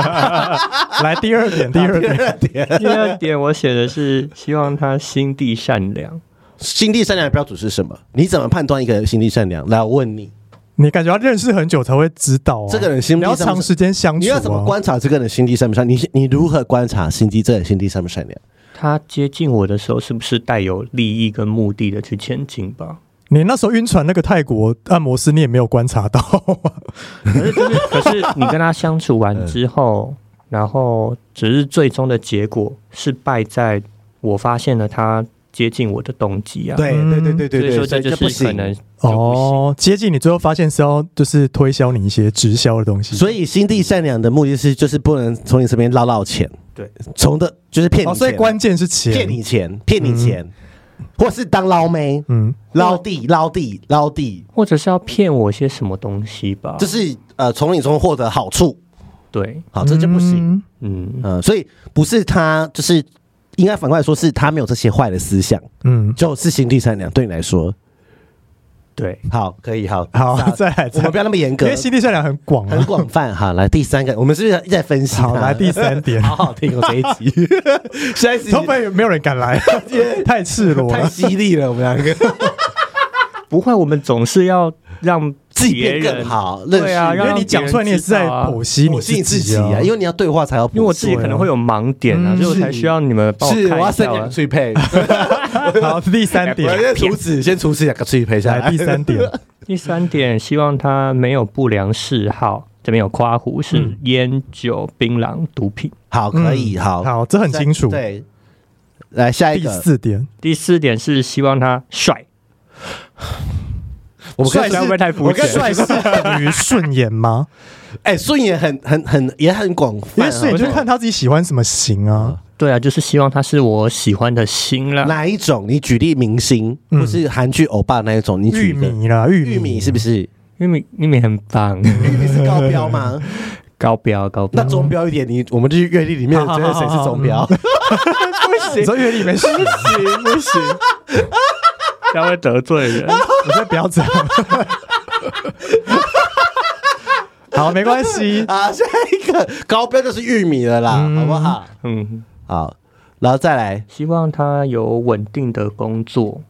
S2: 来第二
S3: [laughs]
S2: 点，第二点，
S3: 点。
S4: 第二点我写的是希望他心地善良，
S3: 心地善良的标准是什么？你怎么判断一个人心地善良？来，我问你，
S2: 你感觉要认识很久才会知道啊。
S3: 这个人心
S2: 你
S3: 地
S2: 要
S3: 善不
S2: 长时间相
S3: 你
S2: 处
S3: 要怎么
S2: 啊。
S3: 观察这个人心地善不善？你你如何观察心地这个人心地善不善良？
S4: 他接近我的时候是不是带有利益跟目的的去前进吧？
S2: 你那时候晕船那个泰国按摩师，你也没有观察到
S3: [laughs]
S2: 啊。
S4: 可是就是，可是你跟他相处完之后，然后只是最终的结果是败在我发现了他接近我的动机啊。
S2: 嗯
S4: 所以说
S3: 所
S4: 这
S3: 以
S4: 就
S3: 不
S4: 是可
S3: 行。
S4: 能
S2: 哦，接近你最后发现是要就是推销你一些直销的东西，
S3: 所以心地善良的目的是，就是不能从你身边捞到钱，
S4: 对，
S3: 从的就是骗你
S2: 哦，
S3: 钱，
S2: 所以关键是钱。
S3: 骗你钱，骗你钱，或是当捞妹、
S2: 嗯，
S3: 捞弟、捞弟、捞弟，
S2: 哦
S4: 或者是要骗我些什么东西吧？
S3: 就是呃从你中获得好处，
S4: 对，
S3: 好，哦这就不行。
S2: 嗯。
S4: 嗯，
S3: 嗯，所以不是他，就是应该反过来说，是他没有这些坏的思想，
S2: 嗯，
S3: 就是心地善良。对你来说，
S4: 对，
S3: 好，可以，好，
S2: 好，
S3: 好
S2: 再来，再
S3: 我
S2: 来
S3: 们不要那么严格
S2: 因为，心地善良很广
S3: [laughs] 很
S2: 啊。
S3: 广泛。好，来第三个，我们是不是一直在分析它？
S2: 好，来第三点，
S3: 好好听哦这一集，下一集
S2: 会不会没有人敢
S3: [laughs]
S2: 来？太赤裸
S3: 太
S2: 了。
S3: 犀利了，我们两个
S4: 不会，我们总是要让
S3: 自己
S4: 别
S3: 变
S4: 人
S3: 更好，认识
S4: 对啊，
S2: 因
S3: 你
S4: 让
S2: 为你讲出来，你也是在
S4: 别人知道啊
S2: 剖析
S3: 我信
S2: 你
S3: 自己
S2: 己
S3: 啊，因为你要对话才要，
S4: 因为我自己可能会有盲点啊，
S2: 嗯
S4: 所以我才需要你们帮
S3: 是我
S4: 看
S3: 要
S4: 一
S3: 生
S4: 下
S3: 两
S4: 啊
S3: 个。脆配，
S2: 好，第三
S3: [laughs] 我
S2: 点，
S3: 先除此先除此两个脆配下
S2: 来
S3: 来
S2: 第。三点，
S4: 第三点，希望他没有不良嗜好。这边有夸胡是
S2: 嗯
S4: 烟酒、槟榔、毒品。
S3: [laughs] 好，可以，
S2: 嗯
S3: 好，
S2: 好，这很清楚。
S3: 对，来下一
S2: 第
S3: 个，
S2: 四点，
S4: 第四点是希望他帅，
S3: 我
S4: 帅
S3: 跟
S4: 是会不会太肤
S3: 我跟
S4: 浅？
S2: 帅是 [laughs] 等于顺眼
S3: [laughs]
S2: 吗？
S3: 哎，顺眼很很很也很广
S2: 因
S3: 泛
S2: 为
S3: 啊，
S2: 顺眼就看他自己喜欢什么型啊。
S4: 对啊，就是希望他是我喜欢的型啦。
S3: 哪一种？你举例明星，
S2: 嗯
S3: 或是韩剧欧巴那一种，你
S2: 玉
S3: 举的
S2: 米啦，玉
S3: 玉米是不是？玉
S4: 玉米，玉米很棒， [laughs]
S3: 米是高标吗？
S4: 高标高
S3: [laughs] 那
S4: 标。
S3: 中标一点，你我们就去阅历里面觉
S2: 好好
S3: 得
S2: 好
S3: 谁是中标？ [laughs]
S2: 是？你说月里没事，
S4: 行不
S2: [laughs]
S4: 行？这样会得罪 [laughs] 人。
S2: 你先不要这
S3: [laughs]
S2: 样。好，没关系。
S3: 啊，下一个高标就是玉米了啦，
S2: 嗯
S3: 好不好？
S4: 嗯，
S3: 好，然后再来
S4: 希望他有稳定的工作。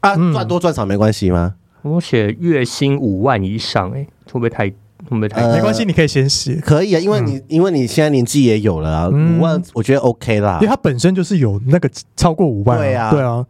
S3: 啊，
S2: 嗯
S3: 赚多赚少没关系吗？
S4: 我写月薪五万以上、欸，会不会太会不会太？
S3: 呃
S2: 没关系，你可以先写，
S3: 可以啊，因为你、因为你现在年纪也有了啊，
S2: 嗯
S3: 五万我觉得 OK 啦
S2: 因为。他本身就是有那个超过五万，
S3: 对啊
S2: 对啊，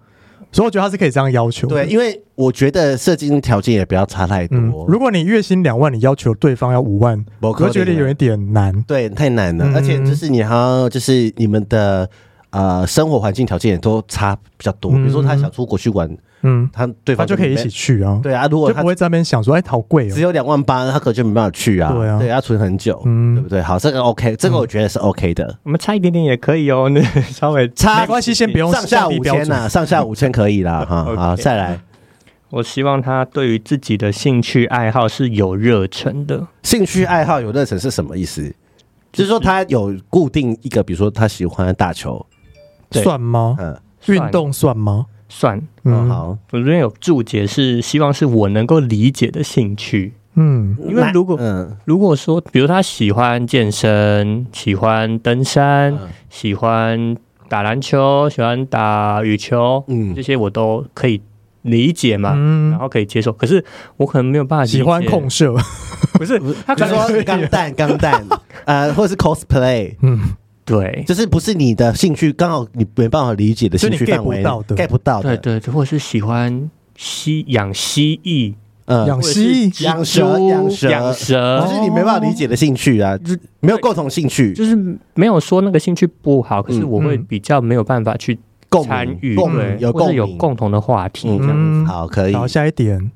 S2: 所以我觉得他是可以这样要求的。
S3: 对，因为我觉得射精条件也不要差太多。
S2: 嗯，如果你月薪两万，你要求对方要五万，
S3: 不
S2: 我
S3: 可能
S2: 会觉得有一点难。
S3: 对太难了，
S2: 嗯
S3: 而且就是你还要就是你们的呃生活环境条件也都差比较多。比如说他想出国去玩，
S2: 嗯，
S3: 他对
S2: 他
S3: 方
S2: 就可以一起
S3: 没。
S2: 去啊，
S3: 对啊，如果
S2: 就
S3: 他
S2: 不会在那边想说，哎，好贵哦。
S3: 只有两万八，他可能就没办法去啊。
S2: 对啊
S3: 要存很久，
S2: 嗯
S3: 对不对？好，这个 OK，这个我觉得是 OK 的。
S4: 我们差一点点也可以哦，那 [laughs] 稍微
S3: 差
S2: 没关系，先不用
S3: 上下
S2: 降低
S3: 五
S2: 标
S3: 千啊
S2: 准
S3: 呐，上下五千可以啦，哈，
S4: OK
S3: 好，再来
S4: 我希望他对于自己的兴趣爱好是有热忱的，
S3: 兴趣爱好有热忱是什么意思？就是说他有固定一个，比如说他喜欢打球，对
S2: 算吗？
S3: 嗯，
S2: 运动算吗？
S4: 算。哦
S3: 嗯，
S2: 哦嗯，，
S3: 好，
S4: 我这边有注解是希望是我能够理解的兴趣，
S2: 嗯
S4: 因为如果
S3: 嗯，
S4: 如果说，比如他喜欢健身，喜欢登山，
S3: 嗯
S4: 喜欢打篮球，喜欢打羽球，
S3: 嗯
S4: 这些我都可以理解嘛，然
S2: 嗯，
S4: 后可以接受。可是我可能没有办法理解
S2: 喜欢控，射，
S3: [laughs]
S4: 不是他
S3: 比
S4: 可
S3: 如
S4: 能
S3: 说钢弹，钢弹，呃，或者是 cosplay，
S2: 嗯，
S4: 对
S3: 就是不是你的兴趣，刚好你没办法理解的兴趣
S2: 就你 get
S3: 范围
S2: 不到的
S3: ，get 不到
S4: 对
S3: 的，
S4: 对，或者是喜欢蜥养蜥蜴，
S3: 嗯，
S2: 养
S4: 或者是
S2: 蜥
S4: 蜘
S3: 养蛇
S4: 蛛
S3: 养蛇
S4: 养蛇
S3: 可是你没办法理解的兴趣啊
S4: 就，
S3: 没有共同兴趣，
S4: 就是没有说那个兴趣不好，可是我会
S2: 嗯
S4: 比较没有办法去
S3: 共
S4: 参
S3: 鸣
S4: 与，
S3: 嗯共
S4: 对
S3: 鸣，有
S4: 或
S3: 共
S4: 者
S3: 鸣，
S4: 有共同的话题
S3: 嗯
S4: 这样子。
S2: 嗯
S3: 好，可以，
S2: 然后下一点，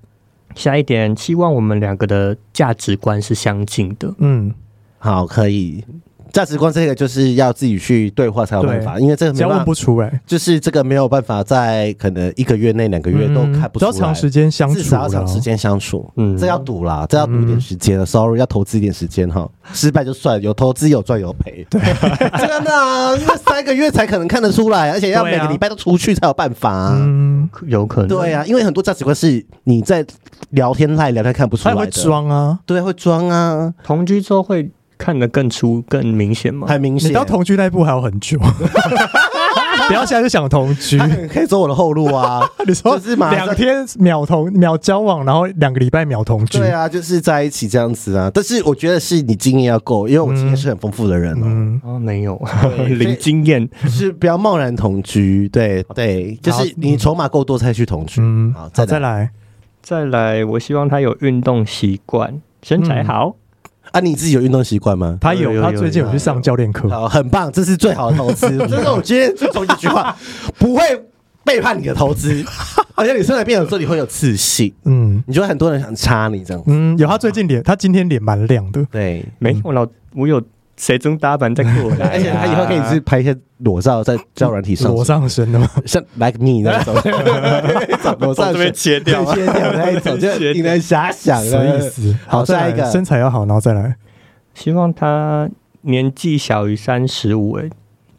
S4: 下一点，希望我们两个的价值观是相近的。
S2: 嗯，
S3: 好，可以。价值观这个就是要自己去对话才有办法，
S2: 对
S3: 因为这个
S2: 这
S3: 没
S2: 样问
S3: 办法，
S2: 不出来，
S3: 就是这个没有办法在可能一个月内、两个月都看不
S2: 嗯只
S3: 出
S2: 要
S3: 来，
S2: 长时间相
S3: 至
S2: 处嗯
S3: 少
S2: 啦
S3: 要长时间相处。
S4: 嗯
S3: 这要赌啦，这要赌一点时间了。Sorry，要投资一点时间哈。失败就算，有投资有赚有
S2: [laughs]
S3: 赔。对，真的啊，因为三个月才可能看得出来，而且要
S4: 对
S3: 每
S4: 啊
S3: 个礼拜都出去才有办法啊。
S2: 嗯，
S4: 有可能，
S3: 对啊，因为很多价值观是你在聊天赖聊天看不出
S2: 他
S3: 来
S2: 也会
S3: 的，
S2: 装啊，
S3: 对，会装啊，
S4: 同居之后会看得更出、更明显吗？
S3: 很明
S2: 你
S3: 显。
S2: 到同居那一步还有很
S3: [laughs]
S2: 久，不要现在就想同居
S3: 他。可能可以走我的后路
S2: [laughs]
S3: 啊。
S2: 你说
S3: 就是马上
S2: 两天秒同秒交往，然后两个礼拜秒同居，
S3: 对啊， [laughs] 就是在一起这样子啊。但是我觉得是你经验要够，因为我经验是很丰富的人哦，
S2: 嗯，
S4: 哦，没有，
S3: 对
S4: [laughs]
S3: 所以
S4: 零经验。
S3: 就是不要贸然同居。对对，就是你筹码够多才去同居。
S2: 嗯，
S3: 好
S2: 好，
S3: 再来
S2: 再来，
S4: 再来，我希望他有运动习惯，身材好。
S3: 啊，你自己有运动习惯吗？
S2: 他
S4: 有
S2: 有，
S4: 有
S2: 他
S4: 有
S2: 最近有去上教练课，
S3: 好，很棒，这是最好的投
S2: [laughs]
S3: 资。这是我今天最终一句话，不会背叛你的投资。好像你身材变有时候你会有自信，
S2: 嗯
S3: 你觉得很多人想插你这样子。
S2: 嗯，有，他最近脸，他今天脸蛮亮的，
S3: 对，
S4: 没有老，我有谁中打板再过 [laughs] 来啊、
S3: 而且他以后可以是拍一些裸照在交友软体上，
S2: 裸上身的嘛，
S3: 像 like me 那
S4: [laughs]
S3: 种，裸上
S4: 从这边切掉啊
S3: 切掉那一种，就
S4: 切掉
S3: 你能遐想
S2: 什么
S3: 的
S2: 意思？
S3: 好，
S2: 再
S3: 下
S2: 来
S3: 一个
S2: 身材要好，然后再来
S4: 希望他年纪小于三十五，哎，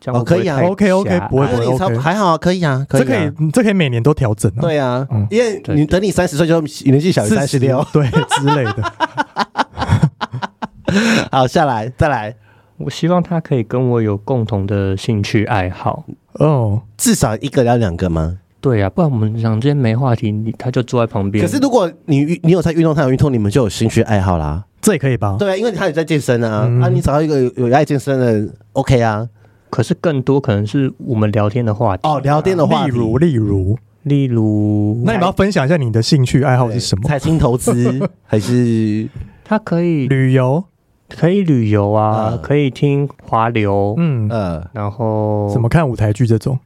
S4: 这样
S3: 哦可以啊
S4: 会不会
S2: ，OK
S4: 太
S2: OK，
S4: 狭
S2: 不会不
S3: 那
S2: 会
S3: 你超
S2: OK，
S3: 还好啊，可以啊，可以
S2: 这
S3: 啊，
S2: 可以嗯这可以每年都调整啊，
S3: 对啊
S2: 嗯，
S3: 因为
S4: 对
S3: 你等你三十岁就年纪小于
S2: 40，
S3: 三十六，
S2: 对之类
S3: [laughs]
S2: 的，
S3: 好，下来再来，
S4: 我希望他可以跟我有共同的兴趣爱好。
S2: 哦，
S3: 至少一个要两个吗？
S4: 对啊，不然我们两之间没话题，你他就坐在旁边。
S3: 可是如果你你有在运动，他有运动，你们就有兴趣爱好啦。
S2: 这也可以吧？
S3: 对啊，因为他也在健身啊，
S2: 嗯
S3: 啊，你找到一个有有爱健身的人，OK 啊。
S4: 可是更多可能是我们聊天的话题，
S3: 哦，聊天的话
S2: 例
S3: 题，
S2: 如例如，
S4: 例如
S2: 那你们要分享一下你的兴趣爱好是什么？
S3: 财经投资
S2: [laughs]
S3: 还是
S4: 他可以
S2: 旅游，
S4: 可以旅游啊，
S3: 呃
S4: 可以听华流，
S2: 嗯，
S3: 呃
S4: 然后
S2: 怎么看舞台剧这种？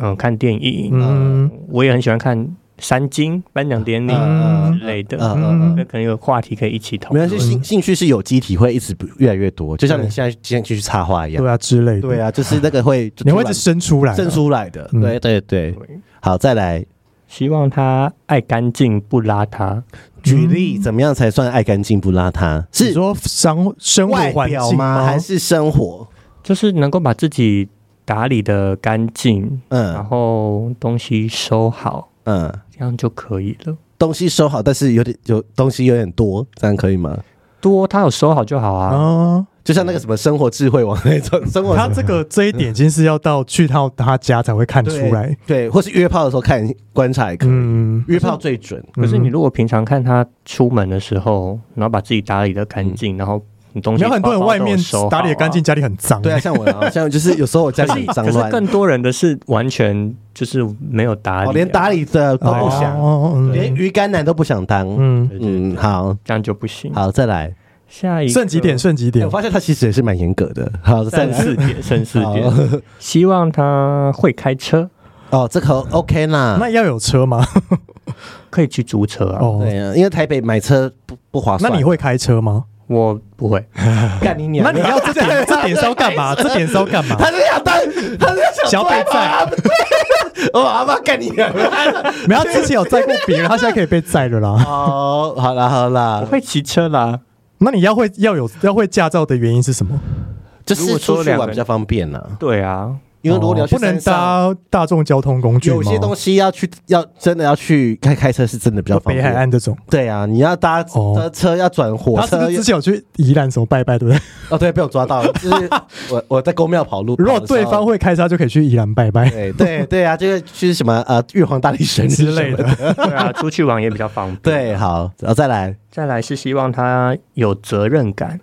S4: 嗯看电影，
S2: 嗯
S4: 我也很喜欢看三金颁奖典礼
S3: 呃
S4: 之类
S3: 呃
S2: 嗯
S4: 的，
S3: 呃
S4: 那可能有话题可以一起讨
S3: 没有，
S4: 论
S3: 就。兴兴趣是有机体会一直越来越多，就像你
S2: 对
S3: 现在今天去插花一样
S2: 对。啊之类的。
S3: 对，啊， [laughs] 就是那个会
S2: 你会一直生出来啊，
S3: 生出来的。
S2: 嗯
S3: 对对对
S4: 对，
S3: 好，再来
S4: 希望他爱干净不邋遢，
S3: 举例，怎么样才算爱干净不邋遢？
S2: 你
S3: 是
S2: 说生生活
S3: 外
S2: 环
S3: 表
S2: 境
S3: 吗？还是生活？
S4: 就是能够把自己打理的干净，然
S3: 嗯
S4: 后东西收好，
S3: 嗯，
S4: 这样就可以了。
S3: 东西收好，但是有点有东西有点多，这样可以吗？
S4: 多他有收好就好啊。
S2: 啊？
S3: 就像那个什么生活智慧网那种生活
S2: 他这个这一点已经是要到去到他家才会看出来。
S3: 对，对或是约炮的时候看观察也可以，
S2: 嗯，
S3: 约炮最准。
S4: 可是你如果平常看他出门的时候，然后把自己打理的干净，然后你东
S2: 你
S4: 西
S2: 看很多人
S4: 包包
S2: 外
S4: 都
S2: 面
S4: 收好啊
S2: 打理得干净，，家里很脏。
S3: 对啊，像我啊，像就是有时候我家
S4: 可
S3: 里
S4: 是
S3: 很脏
S4: 可是
S3: 乱，
S4: 更多人的是完全就是没有打理、啊
S3: 我哦连打
S4: 理
S3: 理的都不想，
S2: 啊哦，
S3: 连
S2: 嗯
S3: 鱼竿男都不想当。
S2: 嗯，
S3: 嗯，好
S4: 这样就不行。
S3: 好，再来。
S4: 下一个
S2: 剩几点？剩几
S3: 哎
S2: 点
S3: 我？发现他其实也是蛮严格的。好，
S2: 啊
S3: 再
S4: 剩
S3: 来。
S4: 四点，剩四点。希望他会开车，
S3: 哦，这个 OK 啦。
S2: 那要有车吗？
S4: 可以去租车啊。
S2: 哦，
S3: 对啊，因为台北买车不不划
S2: 那
S3: 算。
S2: 你会开车吗？
S4: 我
S2: [laughs]
S4: 不会，
S3: 干你娘？
S2: 那你要这点这点是要干嘛？这点是要干嘛？
S3: 他是想当，他是
S2: 想
S3: 想
S2: 要被
S3: [laughs]
S2: 载，
S3: 我阿妈干你
S2: [laughs]
S3: 娘！
S2: 没有，他之前有载过别人，他现在可以被载了啦。
S3: [laughs] 哦，好啦好
S4: 我
S3: 啦，
S4: 会骑车啦。
S2: 那你要会要有要会驾照的原因是什么？
S3: 就是出去玩比较方便啦。
S4: 对啊，
S3: 因为如果你要
S2: 哦
S3: 去
S2: 不能
S3: 山上，
S2: 搭大众交通工具吗？
S3: 有些东西要去要真的要去开开车是真的比较方
S2: 北海
S3: 便。
S2: 岸这种，
S3: 对啊，你要搭
S2: 哦
S3: 车车要转火
S2: 他是
S3: 车
S2: 不是之前有去宜兰什么拜拜，对不
S3: [laughs]
S2: 对？
S3: 哦，对，被我抓到了，
S2: [laughs]
S3: 就是我我在公庙跑路。
S2: 如果
S3: 跑的时候
S2: 对方会开车，他就可以去宜兰拜拜
S3: [laughs] 对对对啊，就是去什么呃玉皇大帝神
S2: 之类的。。
S4: 对啊，出去玩也比较方便。
S3: 对，好，然后再来
S4: 再来是希望他有责任感。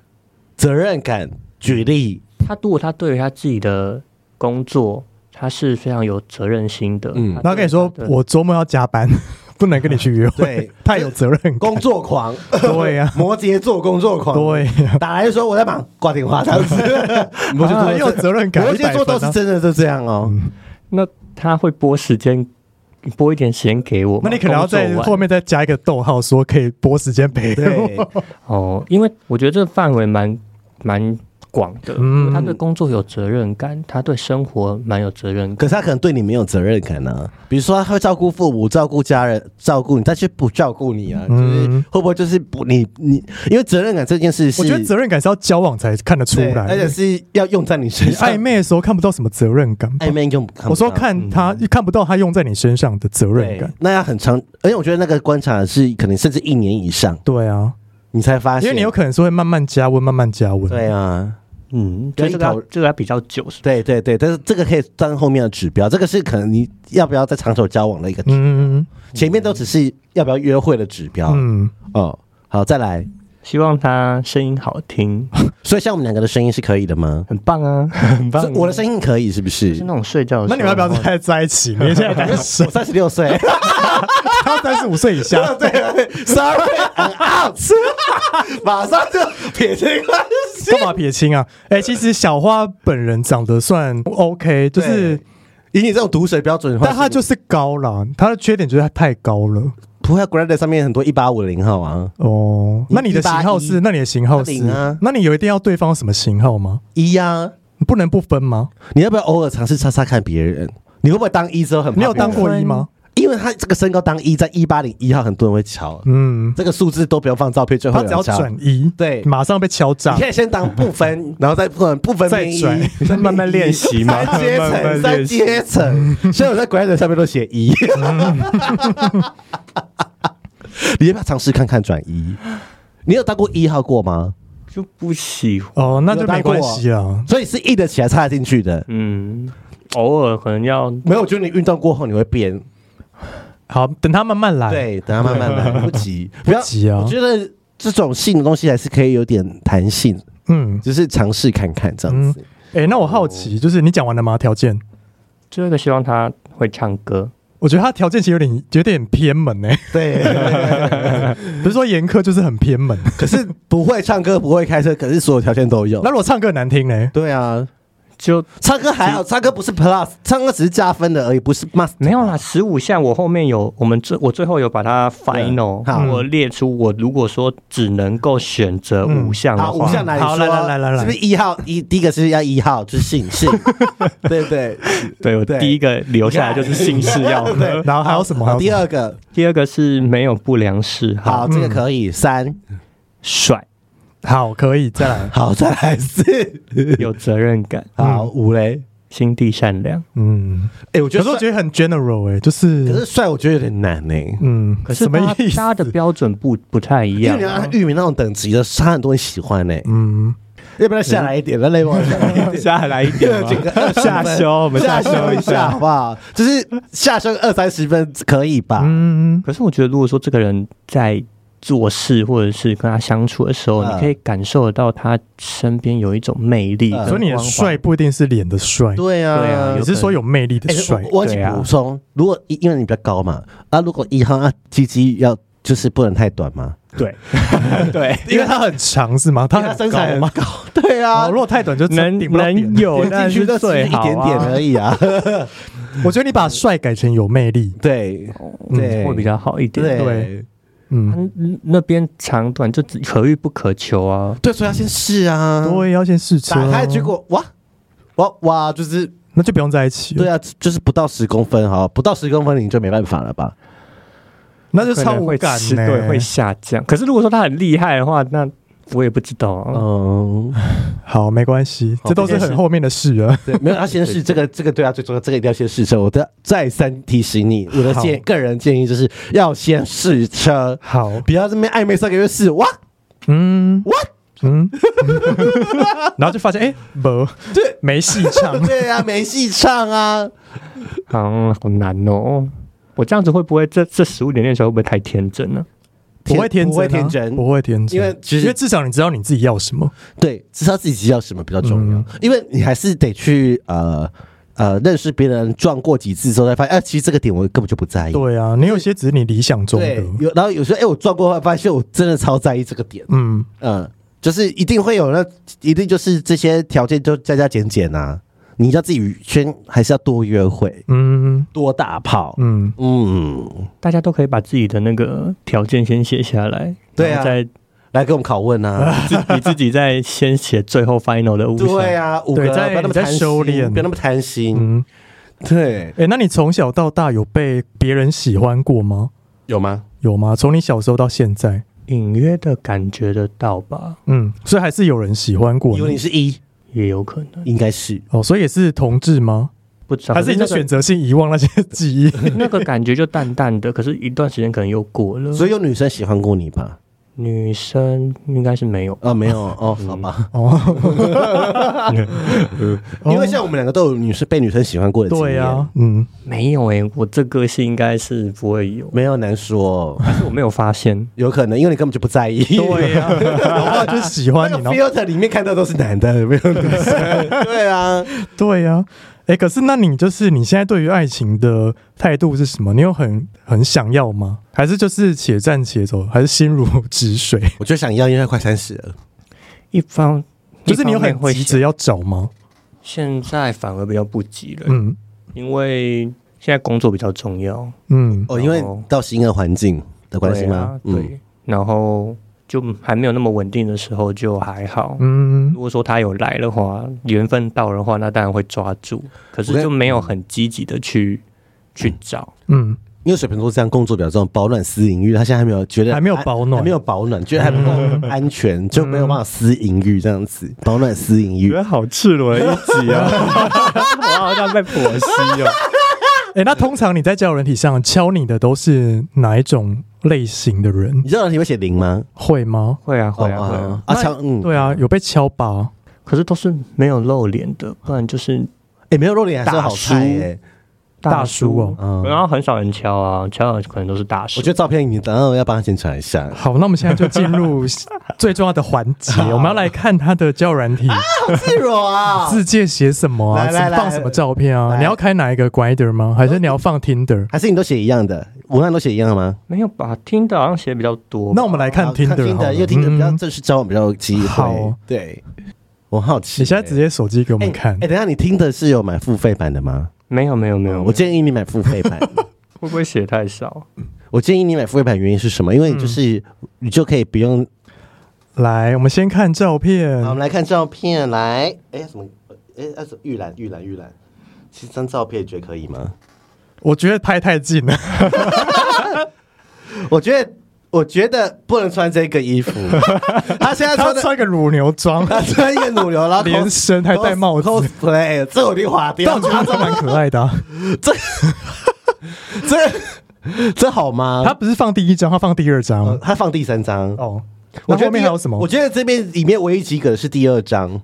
S3: 责任感。举例，
S4: 他如果他对于他自己的工作，他是非常有责任心的。
S3: 嗯
S4: 他
S2: 然
S4: 对
S2: 后跟你说
S4: 他的，
S2: 我周末要加班， [laughs] 不能跟你去约会
S3: [laughs] 对，
S2: 太有责任感。
S3: 工作狂，
S2: [laughs] 对呀
S3: [laughs] 摩羯座工作狂，
S2: 对啊呀，
S3: 打来就说我在忙，挂电话这
S2: [laughs]
S3: 样子。 [laughs] 摩羯座
S2: 啊很有责任感，
S3: 摩羯座都
S2: 100分
S3: 是
S2: 啊嗯
S3: 真的都这样哦。
S4: 那他会拨时间，拨一点时间给我吗。
S2: 那你可能要在
S4: 工作完
S2: 后面再加一个逗号，说可以拨时间陪我。
S3: 对，
S4: 哦，因为我觉得这个范围蛮蛮广的。
S2: 嗯
S4: 他对工作有责任感，他对生活蛮有责任
S3: 可
S4: 感。
S3: 是他可能对你没有责任感呢、啊。比如说他会照顾父母、照顾家人、照顾你，但是不照顾你啊，就是
S2: 嗯
S3: 会不会就是不你你，因为责任感这件事
S2: [laughs]
S3: 是，
S2: 我觉得责任感是要交往才看得出
S3: 对
S2: 来
S3: 而且
S2: 的，
S3: 是要用在你身
S2: 你
S3: 上。
S2: 暧昧的时候看不到什么责任感吧。
S3: 暧昧用不看不
S2: 我说
S3: 到
S2: 看
S3: 嗯
S2: 他看不到他用在你身上的责任
S3: 对
S2: 感。，
S3: 那要很长，而且我觉得那个观察是可能甚至一年以上，
S2: 对啊，
S3: 你才发现，
S2: 因为你有可能是会慢慢加温，慢慢加温。
S3: 对啊。
S4: 嗯，
S3: 对
S4: 所以这个要
S3: 一头
S4: 这个要比较久，是吧
S3: 对对对，但是这个可以当后面的指标，这个是可能你要不要在长久交往的一个指，
S2: 嗯，
S3: 前面都只是要不要约会的指标。
S2: 嗯
S3: 哦，好，再来。
S4: 希望他声音好听，
S3: 所以像我们两个的声音是可以的吗？
S4: 很棒啊，很棒啊、
S3: 是我的声音可以是不
S2: [laughs]
S4: 是
S3: 是？
S4: 那种睡觉的时
S2: 那
S4: 候。
S2: 你们要不要
S4: 然后
S2: 再在一起？你现在单身
S3: [laughs] 我，三十
S2: [laughs]
S3: 六岁，
S2: 他三十五岁以下，
S3: 对，sorry，I'm out，马上就撇清关系。
S2: 干嘛撇清啊？哎，其实小花本人长得算 OK，就是，
S3: 以你这种毒舌标准的话，
S2: 但她就是高啦，她的缺点就是她太高了。
S3: 不会 Grand 上面很多一八五零号啊，
S2: 哦，那你的型号
S3: 181
S2: 是？那你的型号是
S3: 180啊？
S2: 那你有一定要对方什么型号吗？
S3: 一呀，
S2: 你不能不分吗？
S3: 你要不要偶尔尝试擦擦看别人？你会不会当一之后很？
S2: 你有当过一吗？
S3: 因为他这个身高当一，在一八零一号很多人会瞧，
S2: 嗯，
S3: 这个数字都不用放照片，就会
S2: 他
S3: 有
S2: 只要
S3: 人瞧
S2: 转移，
S3: 对
S2: 马上被敲诈
S3: 你。可以先当不分，然后再不分不分
S2: 再
S3: 变一
S2: 转，
S4: 再慢慢练
S3: [laughs]
S4: 习嘛
S3: 三阶
S2: 慢慢
S3: 层，
S2: 练习
S3: 三阶层。所以我在 Grad 上面都写一， [laughs] 你要不要尝试看看转一？你有当过一号过吗？
S4: 就不喜欢？
S2: 哦，那就没
S3: 啊
S2: 关系啦。
S3: 所以是硬得起来插得进去的。
S4: 嗯，偶尔可能要
S3: 没有，我觉得你运动过后你会变。
S2: 好，等他慢慢来。，
S3: 对，等它慢慢来，不急，不要
S2: 哎急啊
S3: 我觉得这种性的东西还是可以有点弹性，
S2: 嗯，
S3: 只是尝试看看这样子。
S2: 哎、那
S3: 哦
S2: 我好奇，就是你讲完了吗？条件？
S4: 最后一个希望他会唱歌，
S2: 我觉得他条件其实有点有点偏门
S3: [laughs]
S2: 呢、
S3: 对，
S2: 不是说严苛，就是很偏门。
S3: 可是不会唱歌，不会开车，可是所有条件都有
S2: [laughs] 那。如果唱歌很难听呢？
S3: 对啊，
S4: 就
S3: 唱歌还好，唱歌不是 plus，唱歌只是加分的而已，不是 must。
S4: 没有啦。十五项我后面有，我们最我最后有把它 final，
S3: 好
S4: 我列出我如果说只能够选择嗯啊五项的
S3: 好，
S4: 话，
S3: 五项来说，
S2: 好来来来来来
S3: 是不是一号一？第一个是要一号，就是性性，对对
S4: 对我
S3: 对
S4: 第一个留下来就是姓氏要 [laughs]
S2: [laughs]
S4: 喝，
S2: 然后还有什么？还
S3: 好，
S2: 有
S3: 第
S2: 什么
S3: 二个
S4: 第二个是没有不良嗜好
S3: 好，，这个可以三，
S4: 帅，
S2: 好，可以
S3: [laughs]
S2: 再来。
S3: 好，再来四，
S4: 有责任感，
S3: 好五嘞。
S4: 心地善良。
S2: 嗯，
S3: 哎，我觉
S2: 有
S3: 得
S2: 时
S3: 帅
S2: 候觉得很 general 哎、就是
S3: 可是帅，我觉得有点难呢、
S2: 嗯，
S4: 可是
S2: 什么
S4: 大
S2: 意
S4: 家大家的
S2: 思？
S4: 标准不不太一
S3: 因
S4: 样
S3: 为你要
S4: 啊、
S3: 按玉米那种等级的，差很多人喜欢呢、
S2: 嗯，
S3: 要不要下来一点？那 level 下来一
S4: [laughs]
S3: 点。
S5: 下来一点
S3: [laughs]
S5: 吗
S3: 整个
S5: 下修，我们
S3: 下
S5: 修
S3: 修一下好不好？就是下修二三十分可以吧？
S2: 嗯，
S4: 可是我觉得，如果说这个人在做事或者是跟他相处的时候，
S3: 嗯
S4: 你可以感受得到他身边有一种魅力跟
S3: 嗯
S4: 光环。
S2: 所以你的帅不一定是脸的帅，
S3: 对
S4: 对啊有
S2: 你是说有魅力的
S3: 哎
S2: 帅。
S3: 我我
S4: 对
S3: 请
S4: 啊
S3: 补充，如果一因为你比较高嘛，啊，如果一号啊，鸡鸡要就是不能太短嘛，
S4: [laughs] 对，
S5: 对，
S2: 因为他很长是吗？他
S3: 因为他
S2: 很
S3: 身材
S2: 高
S3: 很
S2: 吗？
S3: 高， [laughs] 对啊
S2: 哦，如，果太短就
S4: 能
S2: 顶不到
S4: 能
S2: 点
S4: 有
S3: 点
S4: 那
S3: 进
S4: 是
S3: 去都只
S4: 最
S3: 是一
S4: 好、啊、
S3: 点点而已
S4: [laughs]
S3: 啊，
S2: 我觉得你把帅改成有魅力，
S3: 对
S2: 嗯
S3: 对，
S4: 会比较好一点。
S3: 对
S2: 对嗯，
S4: 嗯那边长短就只可遇不可求啊。
S3: 对，所以要先试啊，
S2: 对，要先试车
S3: 打
S2: 哦，
S3: 开结果哇哇哇，就是
S2: 那就不用在一起了。
S3: 对啊，就是不到十公分哈，不到十公分你就没办法了吧？
S2: 那就
S4: 可
S2: 超
S4: 能
S2: 无
S4: 会
S2: 感
S4: 吃
S2: 呢、
S4: 对，会下降。可是如果说他很厉害的话，那我也不知道啊。
S3: 嗯，
S2: 好，没关系，
S3: 好
S2: 这都是很后面的事
S3: [laughs]
S2: 了。
S3: 对，没有要先试这个，这个对啊最重要，这个一定要先试车。我的再三提醒你，我的建
S2: 好
S3: 个人建议就是要先试车，
S2: 好，
S3: 不要这边暧昧三个月试哇
S2: 嗯
S3: 哇，。
S2: 嗯，然后就发现哎，不，对，没戏唱
S3: 对啊，没戏唱啊。
S4: 啊，好难哦。我这样子会不会这这十五点练出来会不会太天真呢、
S2: [laughs] 不会天真啊、
S3: 不会 [laughs] 天真
S2: 不会天真，
S3: 因为其实
S2: 因为至少你知道你自己要什么。
S3: 对，知道自己要什么比较重
S2: 嗯
S3: 要，因为你还是得去呃呃认识别人，撞过几次之后才发现，哎、其实这个点我根本就不在意。
S2: 对啊，你有些只是你理想中
S3: 对
S2: 的，，
S3: 有然后有时候哎、我撞过后发现我真的超在意这个点，
S2: 嗯，
S3: 嗯，就是一定会有那一定就是这些条件就加加减减啊，你要自己先还是要多约会，
S2: 嗯
S3: 多打炮，
S2: 嗯，
S3: 嗯，
S4: 大家都可以把自己的那个条件先写下来，
S3: 对啊
S4: 然后再
S3: 来给我们拷问啊，
S4: 自你自己再先写最后 final 的物象。
S3: 对啊，五个
S2: [laughs] 对
S3: 不
S2: 在
S3: 要那么
S2: 你在
S3: 贪心
S2: 收敛
S3: 不要那么贪心，
S2: 嗯，
S3: 对
S2: 哎、，那你从小到大有被别人喜欢过吗？
S3: 有吗？
S2: 有吗？从你小时候到现在，
S4: 隐约的感觉得到吧，
S2: 嗯，所以还是有人喜欢过
S3: 因为你
S2: 你
S3: 是一，
S4: 也有可能
S3: 应该是。
S2: 哦，所以也是同志吗？
S4: 不知道。
S2: 还是你就
S4: 可
S2: 选择性遗忘那些记
S3: [laughs]
S2: 忆？
S4: [laughs] 那个那个感觉就淡淡的，可是一段时间可能又过了。
S3: 所以有女生喜欢过你吧？
S4: 女生应该是没有，
S3: 啊， [laughs] 没有哦，好吧，因为像我们两个都有女生被女生喜欢过的经
S2: 哦
S3: 验，
S2: 对啊，嗯，
S4: 没有诶、我这个是应该是不会有，
S3: 没有难说，
S4: 但是我没有发现。
S3: 有可能因为你根本就不在意，
S2: 对呀、啊，然后就喜欢
S3: 那
S2: 你，
S3: 个
S2: 然后
S3: filter 里面看到都是男的，没有女生，对啊，
S2: 对呀、啊，哎、可是那你就是你现在对于爱情的态度是什么？你有很很想要吗？还是就是且战且走，还是心如止水？
S3: 我就想要，因为快三十了，
S4: 一方
S2: 就是你有
S4: 一方面
S2: 很
S4: 会
S2: 急着要找吗？
S4: 现在反而比较不急了，
S2: 嗯
S4: 因为现在工作比较重要，
S2: 嗯
S3: 哦，因为到新的环境的关系
S4: 对
S3: 吗嗯
S4: 啊？对，然后就还没有那么稳定的时候就还好。
S2: 嗯
S4: 如果说他有来的话，缘分到的话，那当然会抓住，可
S3: 我
S4: 是
S3: 跟
S4: 就没有很积极的去去找。
S2: 嗯，
S3: 因为水瓶座这样工作比较重要，保暖私淫欲，他现在还没有觉得
S2: 还没有
S3: 安
S2: 保暖
S3: 还没有保暖，觉得还不够安全，就没有办法私淫欲这样子，保暖私淫欲
S4: 啊
S5: 觉。得好赤裸的一集
S4: [laughs]
S5: 啊，我好像被剖析哦。
S2: 哎、那通常你在交友人体上敲你的都是哪一种类型的人
S3: 你？知道你会写零吗？
S2: 会吗？
S4: 会啊，会啊，
S3: 哦
S4: 会
S3: 哦
S4: 啊。
S3: 啊，强嗯，
S2: 对啊，有被敲吧？
S4: 可是都是没有露脸的，不然就是
S3: 哎，没有露脸还是好
S4: 大
S3: 菜
S4: 叔
S3: 哎。
S2: 大叔
S4: 叔
S2: 哦
S3: 嗯
S4: 然后很少人敲啊，敲的可能都是大叔。
S3: 我觉得照片你等下要帮他先传一下。
S2: 好，那我们现在就进入 [laughs] 最重要的环节，我们要来看他的交友软体
S3: 自若啊
S2: 字界写什么啊，
S3: 来来来
S2: 放什么照片啊？
S3: 来
S2: 你要开哪一个 Grinder 吗？还是你要放 Tinder？
S3: 还是你都写一样的，文案都写一样的吗？
S4: 没有吧？听的好像写得比较多吧。
S2: 那我们来看
S3: 好
S2: Tinder 好
S3: 听的，
S2: 了。
S3: 因为听的比较
S2: 嗯
S3: 正式交往比较有机会
S2: 好。
S3: 对，我好奇欸。
S2: 你现在直接手机给我们看
S3: 哎、欸，等一下，你听的是有买付费版的吗？
S4: 没有没有没
S2: 嗯
S4: 有，
S3: 我建议你买付费
S2: [laughs]
S3: 版。
S4: 会不会写太少？
S3: 我建议你买付费版的原因是什么？因
S2: 嗯
S3: 为就是、你就可以不用。
S2: 来，我们先看照片
S3: 好，我。们来看照片，来，哎、什么？哎、那是预览，预览，预览。这张照片觉得可以吗？
S2: 我觉得拍太近了，
S3: 我觉得，我觉得不能穿这个
S2: [laughs]
S3: 衣服。他现在
S2: 他
S3: 穿的，
S2: 穿一个乳牛装，
S3: 他
S2: [laughs]
S3: 穿一个乳牛，然后 cos-
S2: 连身还戴帽子
S3: cosplay，这我一定划
S2: 但我
S3: 掉。
S2: 觉得这蛮可爱的啊。
S3: 这 [laughs] 这好吗？
S2: 他不是放第一张，他放第二张。
S3: 他放第三张，
S2: 哦，那
S3: 我觉得
S2: 后面
S3: 第二
S2: 还有什么
S3: 我觉得这边里面唯一及格的是第二章，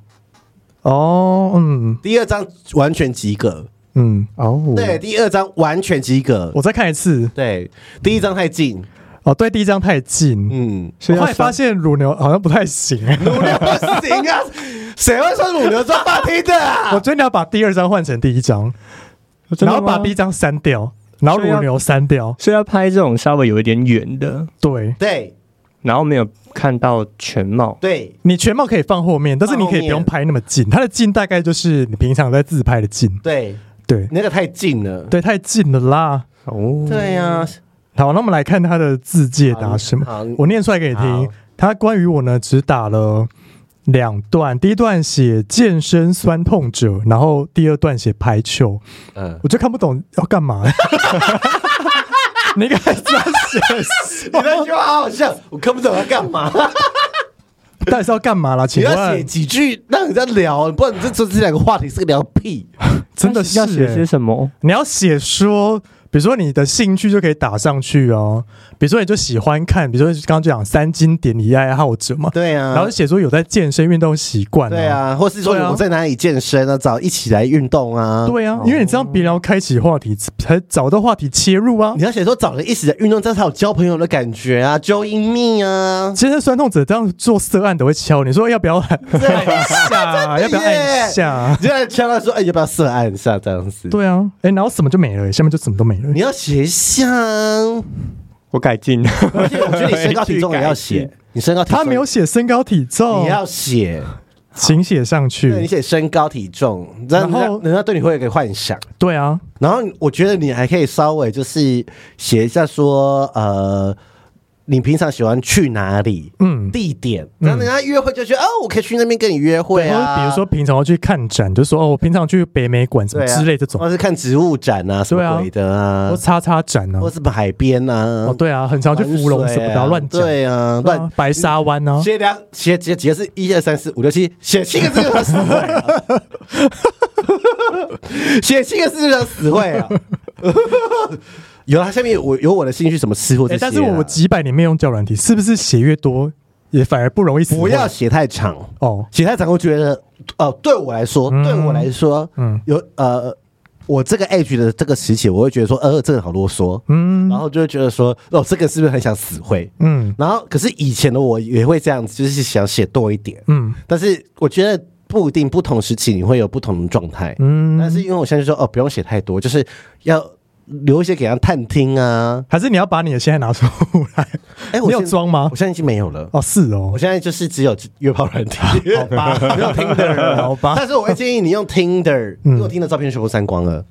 S2: 哦，嗯
S3: 第二章完全及格。
S2: 嗯，哦，
S3: 对，，第二章完全及格。
S2: 我再看一次。
S3: 对，第一章太近，
S2: 哦，对，第一张太近，
S3: 嗯，
S2: 我后来发现乳牛好像不太行。
S3: 乳牛不行
S2: [laughs]
S3: 啊，谁会说乳牛装发梯的
S2: 我
S3: 啊？
S2: 觉得你要把第二张换成第一张，
S4: 真
S2: 然
S4: 的
S2: 后把
S4: 吗
S2: 第一张删掉，然后
S4: 所以
S2: 乳
S4: 要
S2: 牛删掉。
S4: 所以要拍这种稍微有一点远的，
S2: 对，
S3: 对
S4: 然后没有看到全貌。
S3: 对，
S2: 你全貌可以放后面，但是你可以不
S3: 放后
S2: 用
S3: 面
S2: 拍那么近。它的近大概就是你平常在自拍的近。
S3: 对，
S2: 对
S3: 那个太近了。
S2: 对，太近了啦。
S4: 哦，
S3: 对啊呀，
S2: 嗯好，那我们来看他的字界答是
S3: 好
S2: 吗
S3: 好？
S2: 我念出来给你听
S3: 好。
S2: 他关于我呢，只打了两段，第一段写健身酸痛者，然后第二段写排球，
S3: 嗯，
S2: 我就看不懂要干嘛。 [laughs] 你该这样写，
S3: 你那句话好好笑，我看不懂要干嘛。
S2: 到底是要干嘛啦？
S3: 你
S2: 请
S3: 要写
S2: 问，
S3: 几句让人家聊，不然你这这这两个话题是个聊屁。
S2: 真的是
S4: 要写
S2: 欸
S4: 些什么？
S2: 你要写说，比如说你的兴趣就可以打上去哦。比如说你就喜欢看，比如说刚刚就讲三经典你爱好者嘛，
S3: 对啊，
S2: 然后就写说有在健身运动习惯、
S3: 对，啊，或是说
S2: 对啊
S3: 我在哪里健身啊，找一起来运动啊。，
S2: 对啊，因为你这样别人要开启话题，才找到话题切入啊
S3: 你。要写说找人一起来运动，这才有交朋友的感觉啊，join me 啊。
S2: 其实酸痛者这样做色案都会敲你说哎要不要按
S3: 啊
S2: [laughs] 一下，要不要按一下？
S3: 你就在敲他说，哎，要不要涉案一下这样子？，
S2: 对啊，哎、然后什么就没了、下面就什么都没了
S3: 你。要写一下啊。
S5: 我改进，
S2: 哦
S3: 而且我觉得你身高体重也要
S2: [laughs]
S3: 写，你身高体重
S2: 他没有，写身高体重
S3: 你，要写，
S2: 请写上
S3: 对你
S2: 去。
S3: 写身高体重，然
S2: 然
S3: 后
S2: 后
S3: 人家对你会有一个幻想。
S2: 对啊，
S3: 然后我觉得你还可以稍微就是写一下说，呃，你平常喜欢去哪里？
S2: 嗯，
S3: 地点，然后人家约会就觉得、哦，我可以去那边跟你约会
S2: 然
S3: 啊。
S2: 哦后比如说平常要去看展，就说哦，我平常去北美馆什么
S3: 对啊
S2: 之类这种，
S3: 或是看植物展啊，什
S2: 对啊
S3: 么鬼的啊
S2: 或，叉叉展啊
S3: 或，是什么海边啊，
S2: 哦，对啊，很常去
S3: 玩
S2: 芙蓉什么
S3: 水
S2: 的
S3: 啊
S2: 然后乱讲，
S3: 对啊，
S2: 对
S3: 乱
S2: 啊，白沙湾啊，
S3: 写两写写几个是一二三四五六七，写七个字就是死会啊，写七个字就是死会 [laughs] 啊。有啊，下面有我有我的兴趣，什么吃货这
S2: 哎，
S3: 些啊、
S2: 但是我几百年没用交友软体，是不是写越多也反而不容易死？
S3: 不要写太长，
S2: 哦，
S3: 写太长我觉得，呃，对我来说，
S2: 嗯
S3: 对我来说，
S2: 嗯
S3: 嗯，有呃，我这个 age 的这个时期，我会觉得说，呃，这个人好啰嗦，
S2: 嗯
S3: 然后就会觉得说，哦，这个是不是很想死会？
S2: 嗯
S3: 然后可是以前的我也会这样子，就是想写多一点，
S2: 嗯
S3: 但是我觉得不一定，不同时期你会有不同的状态。但
S2: 嗯，
S3: 是因为我现在就说哦，不用写太多，就是要留一些给他探听啊。
S2: 还是你要把你的现在拿出来？
S3: 哎、我
S2: 你有
S3: 现在
S2: 装吗
S3: 我？现在已经没有了。
S2: 哦，是
S3: 我
S2: 哦，
S3: 现在就是只有约炮软体，
S2: [laughs] 好吧，
S3: 没有 Tinder 了
S2: 好吧，
S3: 但是我会建议你用 Tinder，
S2: 嗯
S3: 因为我 Tinder 照片全部删光了。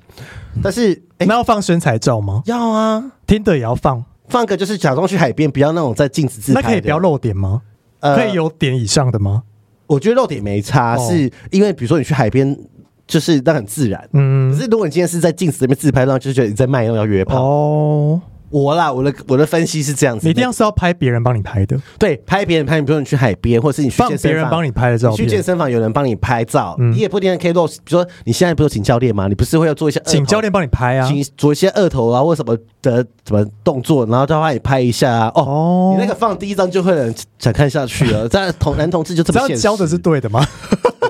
S3: 但是哎、
S2: 那要放身材照吗？
S3: 要啊，
S2: 听的也要放，
S3: 放个就是假装去海边，不要那种在镜子自
S2: 那
S3: 拍的。
S2: 可以不要露点吗？
S3: 呃
S2: 可以有点以上的吗？
S3: 我觉得露点没差，
S2: 哦
S3: 是因为比如说你去海边，就是那很自然。可
S2: 嗯，
S3: 是如果你今天是在镜子里面自拍，那就是觉得你在卖弄要约炮。
S2: 哦，
S3: 我啦，我的我的分析是这样子，
S2: 你一定要是要拍别人帮你拍的，
S3: 对拍别人拍，你比如说你去海边，或者是你去
S2: 放
S3: 健身
S2: 别人
S3: 房
S2: 帮你拍的照
S3: 去健
S2: 片。
S3: 身房有人帮你拍照，
S2: 嗯
S3: 你也不一定可以露。比如说你现在不是有请教练吗？你不是会要做一些二头
S2: 请教练帮你拍啊！
S3: 请做一些二头啊或什么的什么动作，然后他帮你拍一下啊。哦，
S2: 哦
S3: 你那个放第一张就会有人想看下去了。但同男同志就这
S2: 这
S3: 么
S2: 样
S3: 现实，
S2: 教的是对的吗？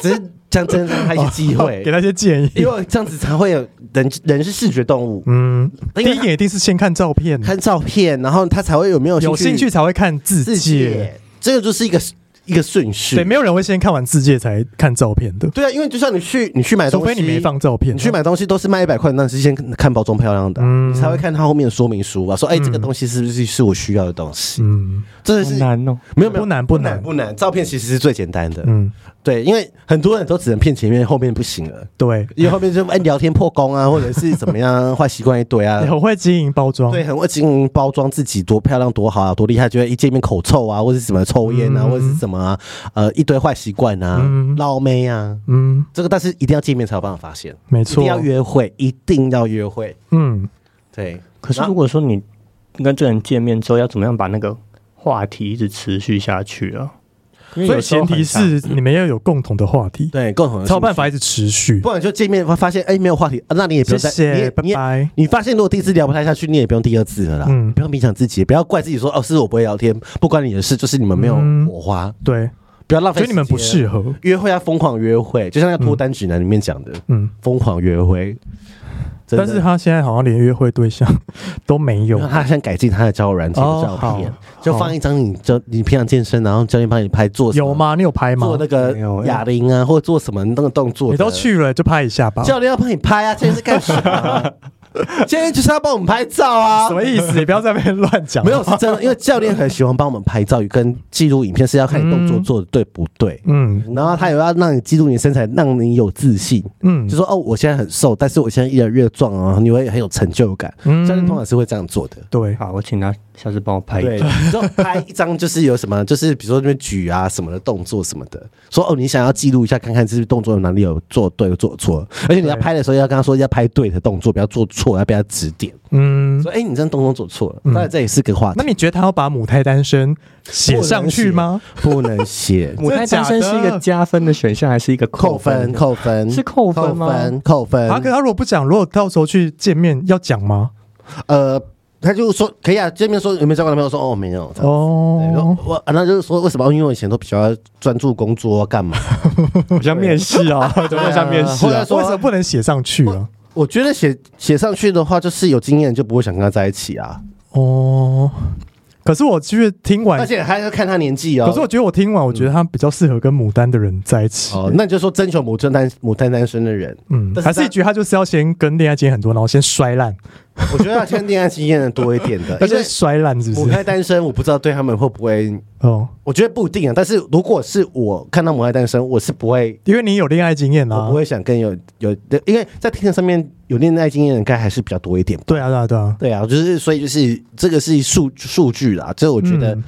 S3: 只是讲真的，他一些机会
S2: [laughs] 给。他一些建
S3: [laughs] 因
S2: 议。
S3: 为这样子才会有人人是视觉动物，
S2: 嗯，第
S3: 因为
S2: 一
S3: 他
S2: 眼一定是先看照片，
S3: 看照片，然后他才会有没有
S2: 有兴趣才会看字
S3: 自
S2: 界。
S3: 己，这个就是一个一个顺
S2: 对，
S3: 序。
S2: 没有人会先看完字界才看照片的，
S3: 对啊，因为就像你去你去买东
S2: 除
S3: 西，
S2: 非你没放照片啊。
S3: 你去买东西都是卖一百块，那你是先看包装漂亮的啊，
S2: 嗯
S3: 你才会看它后面的说明书吧，说哎、这个
S2: 嗯
S3: 东西是不是是我需要的东西？
S2: 嗯
S3: 真的
S4: [laughs] 好
S3: 是
S4: 难哦。
S3: 没有没有
S2: 不难
S3: 不
S2: 不难
S3: 难不难，照片其实是最简单的，
S2: 嗯，
S3: 对，因为很多人都只能骗前面，后面不行了，
S2: 对，
S3: 因为后面就哎聊天破功啊，或者是怎
S2: [laughs]
S3: 么样坏习惯一堆啊
S2: 你。很会经营包装。
S3: 对，很会经营包装自己，多漂亮多好啊，多厉害！就会一见面口臭啊，或者是什么抽烟啊，
S2: 嗯
S3: 或者是什么啊，呃，一堆坏习惯啊
S2: 嗯，
S3: 捞妹啊，
S2: 嗯，
S3: 这个但是一定要见面才有办法发现，
S2: 没
S3: 一
S2: 错
S3: 定。要约会，一定要约会，
S2: 嗯，
S3: 对。
S4: 可是如果说你跟这个人见面之后，要怎么样把那个话题一直持续下去啊？
S5: 因为
S2: 所以
S5: 有时候
S2: 前提
S5: 很常
S2: 是你们要有共同的话题，
S3: 对，共同的
S2: 才有
S3: 兴趣
S2: 办法一直持续。
S3: 不然就见面会发现，哎、没有话题，啊那你也
S2: 谢
S3: 不用再，你
S2: 谢，
S3: 也
S2: 拜
S3: 你也
S2: 拜。
S3: 你发现如果第一次聊不太下去，你也不用第二次了啦。
S2: 嗯
S3: 嗯，不用勉强自己，不要怪自己说哦，是我不会聊天，不关你的事，就是你们没有
S2: 嗯
S3: 火花，
S2: 对，
S3: 不要浪费。
S2: 觉得你们不嗯适合。
S3: 约会要疯狂约会，就像那个脱单指南里面讲的，
S2: 嗯，
S3: 疯、狂约会。真的
S2: 但是他现在好像连约会对象 [laughs] 都没有
S3: 因为。他想改进他的交友软件的照片，
S2: 哦好
S3: 就放一张你就你平常健身，然后教练帮你拍做什么
S2: 有？吗？你有拍吗
S3: 做？那
S5: 没有
S3: 个
S5: 哎
S3: 哑铃啊，或者做什么那个动作的？
S2: 你都去了就拍一下吧。
S3: 教练要帮你拍啊，现在是干什么 [laughs] 啊、教练就是要帮我们拍照
S2: [laughs]
S3: 啊
S2: 什。么意思？你不要在那边乱讲。
S3: 没有，是真的，因为教练很喜欢帮我们拍照跟记录影片，是要看你动作
S2: 嗯
S3: 做的对不对。
S2: 嗯
S3: 然后他有要让你记录你的身材，让你有自信，
S2: 嗯，
S3: 就说哦，我现在很瘦，但是我现在越来越壮哦，你会很有成就感。
S2: 嗯
S3: 教练通常是会这样做的。
S2: 对，
S4: 好，我请他下次帮我拍一
S3: 对，就
S4: 张。
S3: 拍一张就是有什么，就是比如说那边举啊什么的动作什么的，说哦，你想要记录一下，看看是不是动作哪里有做对有做错，而且你要拍的时候要跟他说要拍对的动作，不要做错，要被他指点。
S2: 嗯。
S3: 说哎、你这样动作做错了，
S2: 嗯
S3: 当然这也是个话题
S2: 那，你觉得他要把母胎单身写上去吗？
S3: 不能写
S4: 母胎单身是一个加分的选项，还是一个
S3: 扣分，
S4: 分？
S3: 扣分
S4: 是扣分吗
S3: 扣分，扣分
S2: 啊，可是他如果不讲，如果到时候去见面要讲吗？
S3: 呃，他就说可以啊，见面说有没有交过男朋友？说哦没有。这样对然后
S2: 哦，
S3: 我啊那就是说为什么？哦因为我以前都比较专注工作，啊干嘛？
S5: 好像面试
S4: 哦
S5: 啊，怎么会像面试
S3: 对
S5: 啊
S3: 啊？
S2: 为什么不能写上去啊？
S3: [laughs] 我觉得写写上去的话，就是有经验就不会想跟他在一起啊，
S2: 哦，可是我觉得听完
S3: 而，且还要看他年纪哦。
S2: 可是我觉得我听完，我觉得他比较适合跟牡丹的人在一起。
S3: 哦，那你就说征求母单单母单单身的人，
S2: 嗯，
S3: 但是
S2: 还是
S3: 他
S2: 一句，他就是要先跟恋爱经验很多，然后先摔烂，
S3: 我觉得要先恋爱经验的多一点 [laughs] 的，
S2: 而
S3: 呃因
S2: 且
S3: 为
S2: 摔烂是
S3: 母
S2: 不是？
S3: 胎单身，我不知道对他们会不会，
S2: 哦，
S3: 我觉得不一定啊。但是如果是我看到母胎单身，我是不会，
S2: 因为你有恋爱经验
S3: 我
S2: 啊
S3: 不。会想跟有有，因为在听的上面有恋爱经验的应该还是比较多一点吧。
S2: 对啊，对啊，对啊。
S3: 对啊，就是所以就是这个是数数据啦，这我觉得
S2: 嗯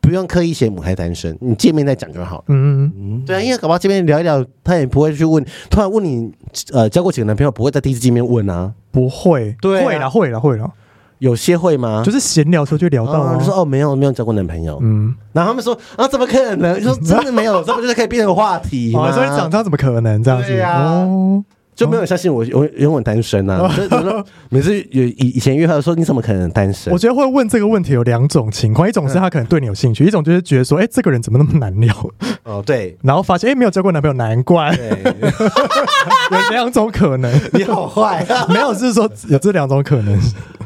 S3: 不用刻意写母胎单身，你见面再讲就好了。
S2: 嗯，
S3: 对啊，因为搞不好见面聊一聊，他也不会去问，突然问你，呃，交过几个男朋友，不会在第一次见面问啊。
S2: 不会，
S3: 对啊
S2: 会啦，会啦，会啦，
S3: 有些会吗？
S2: 就是是闲聊的时候就聊到
S3: 哦，
S2: 啊
S3: 就。说哦，没有，没有交过男朋友。
S2: 嗯，
S3: 然后他们说啊，怎么可能？就说真的没有，这不就是可以变成话题吗？
S2: [laughs] 哦，所以长大怎么可能这样子？
S3: 啊对啊
S2: 哦，
S3: 就没有人相信我永永远单身啊！就是怎么说每次有以以前约会说你怎么可能单身
S2: 我？觉得会问这个问题有两种情况，一种是他可能对你有兴趣，一种就是觉得说，哎，这个人怎么那么难聊， [laughs]
S3: 哦，对
S2: 然后发现哎没有交过男朋友，难怪
S3: 对， [laughs]
S2: 有两种可能。
S3: 你好坏啊！
S2: 没有，就是说有这两种可能。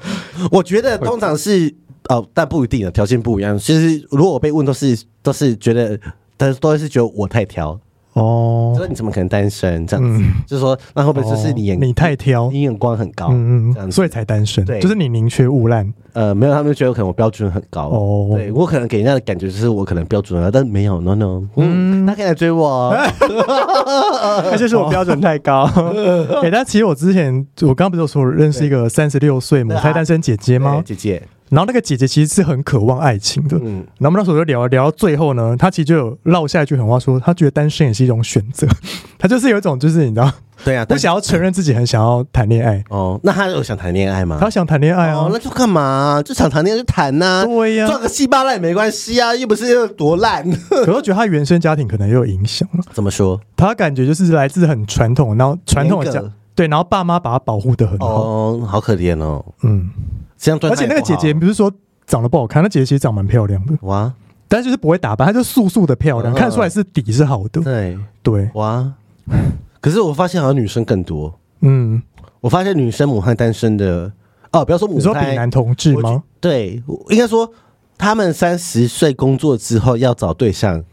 S3: [laughs] 我觉得通常是哦，但不一定的条件不一样。其实如果我被问，都是都是觉得，但是都是觉得我太挑，就
S2: 哦
S3: 说，你怎么可能单身这样子？
S2: 嗯，
S3: 就是说，那会不会就是你眼、
S2: 哦你太挑
S3: 你眼光很高，
S2: 嗯
S3: 这样
S2: 嗯，
S3: 子
S2: 所以才单身，
S3: 对
S2: 就是你宁缺毋滥。
S3: 呃没有，他们就觉得可能我标准很高
S2: 哦
S3: 对我可能给人家的感觉就是我可能标准很高，但没有，no no，嗯，他可以来追
S2: [laughs]
S3: 我哦，呃
S5: 那就是我标准太
S4: [laughs]
S5: 高，
S3: [laughs]
S2: 哎、但其实我之前，我刚刚不是有说我认识一个三十六岁母胎单身姐姐吗
S3: 啊对？哎姐姐，
S2: 然后那个姐姐其实是很渴望爱情的。
S3: 嗯，
S2: 然后我们那时候就聊聊到最后呢，她其实就有落下一句狠话说，她觉得单身也是一种选择。 [laughs] 她就是有一种，就是你知道，
S3: 对啊，
S2: 不
S3: 但是
S2: 想要承认自己很想要谈恋爱，
S3: 哦，那他有想谈恋爱吗？
S2: 她想谈恋爱啊。
S3: 哦，那就干嘛、就想谈恋爱就谈呐、
S2: 对呀、
S3: 撞个稀巴烂也没关系啊，又不是多烂。
S2: 可是我觉得她原生家庭可能也有影响了。
S3: 怎么说？
S2: 她感觉就是来自很传统，然后传统的
S3: 严
S2: 家
S3: 格
S2: 对，然后爸妈把她保护的很好，
S3: 哦，好可怜哦，
S2: 嗯。
S3: 这样对
S2: 而
S3: 他
S2: 且
S3: 也
S2: 那
S3: 不好
S2: 个姐姐不是说长得不好看，那姐姐其实长蛮漂亮的，
S3: 哇，
S2: 但是就是不会打扮，她就素素的漂亮，
S3: 嗯
S2: 看出来是底是好的。
S3: 对
S2: 对，
S3: 哇，可是我发现好像啊女生更多。
S2: 嗯，
S3: 我发现女生母胎单身的，哦，不要说母
S2: 你说比
S3: 胎，
S2: 男同志
S3: 我觉
S2: 吗？
S3: 对，我应该说他们三十岁工作之后要找对象
S2: 哦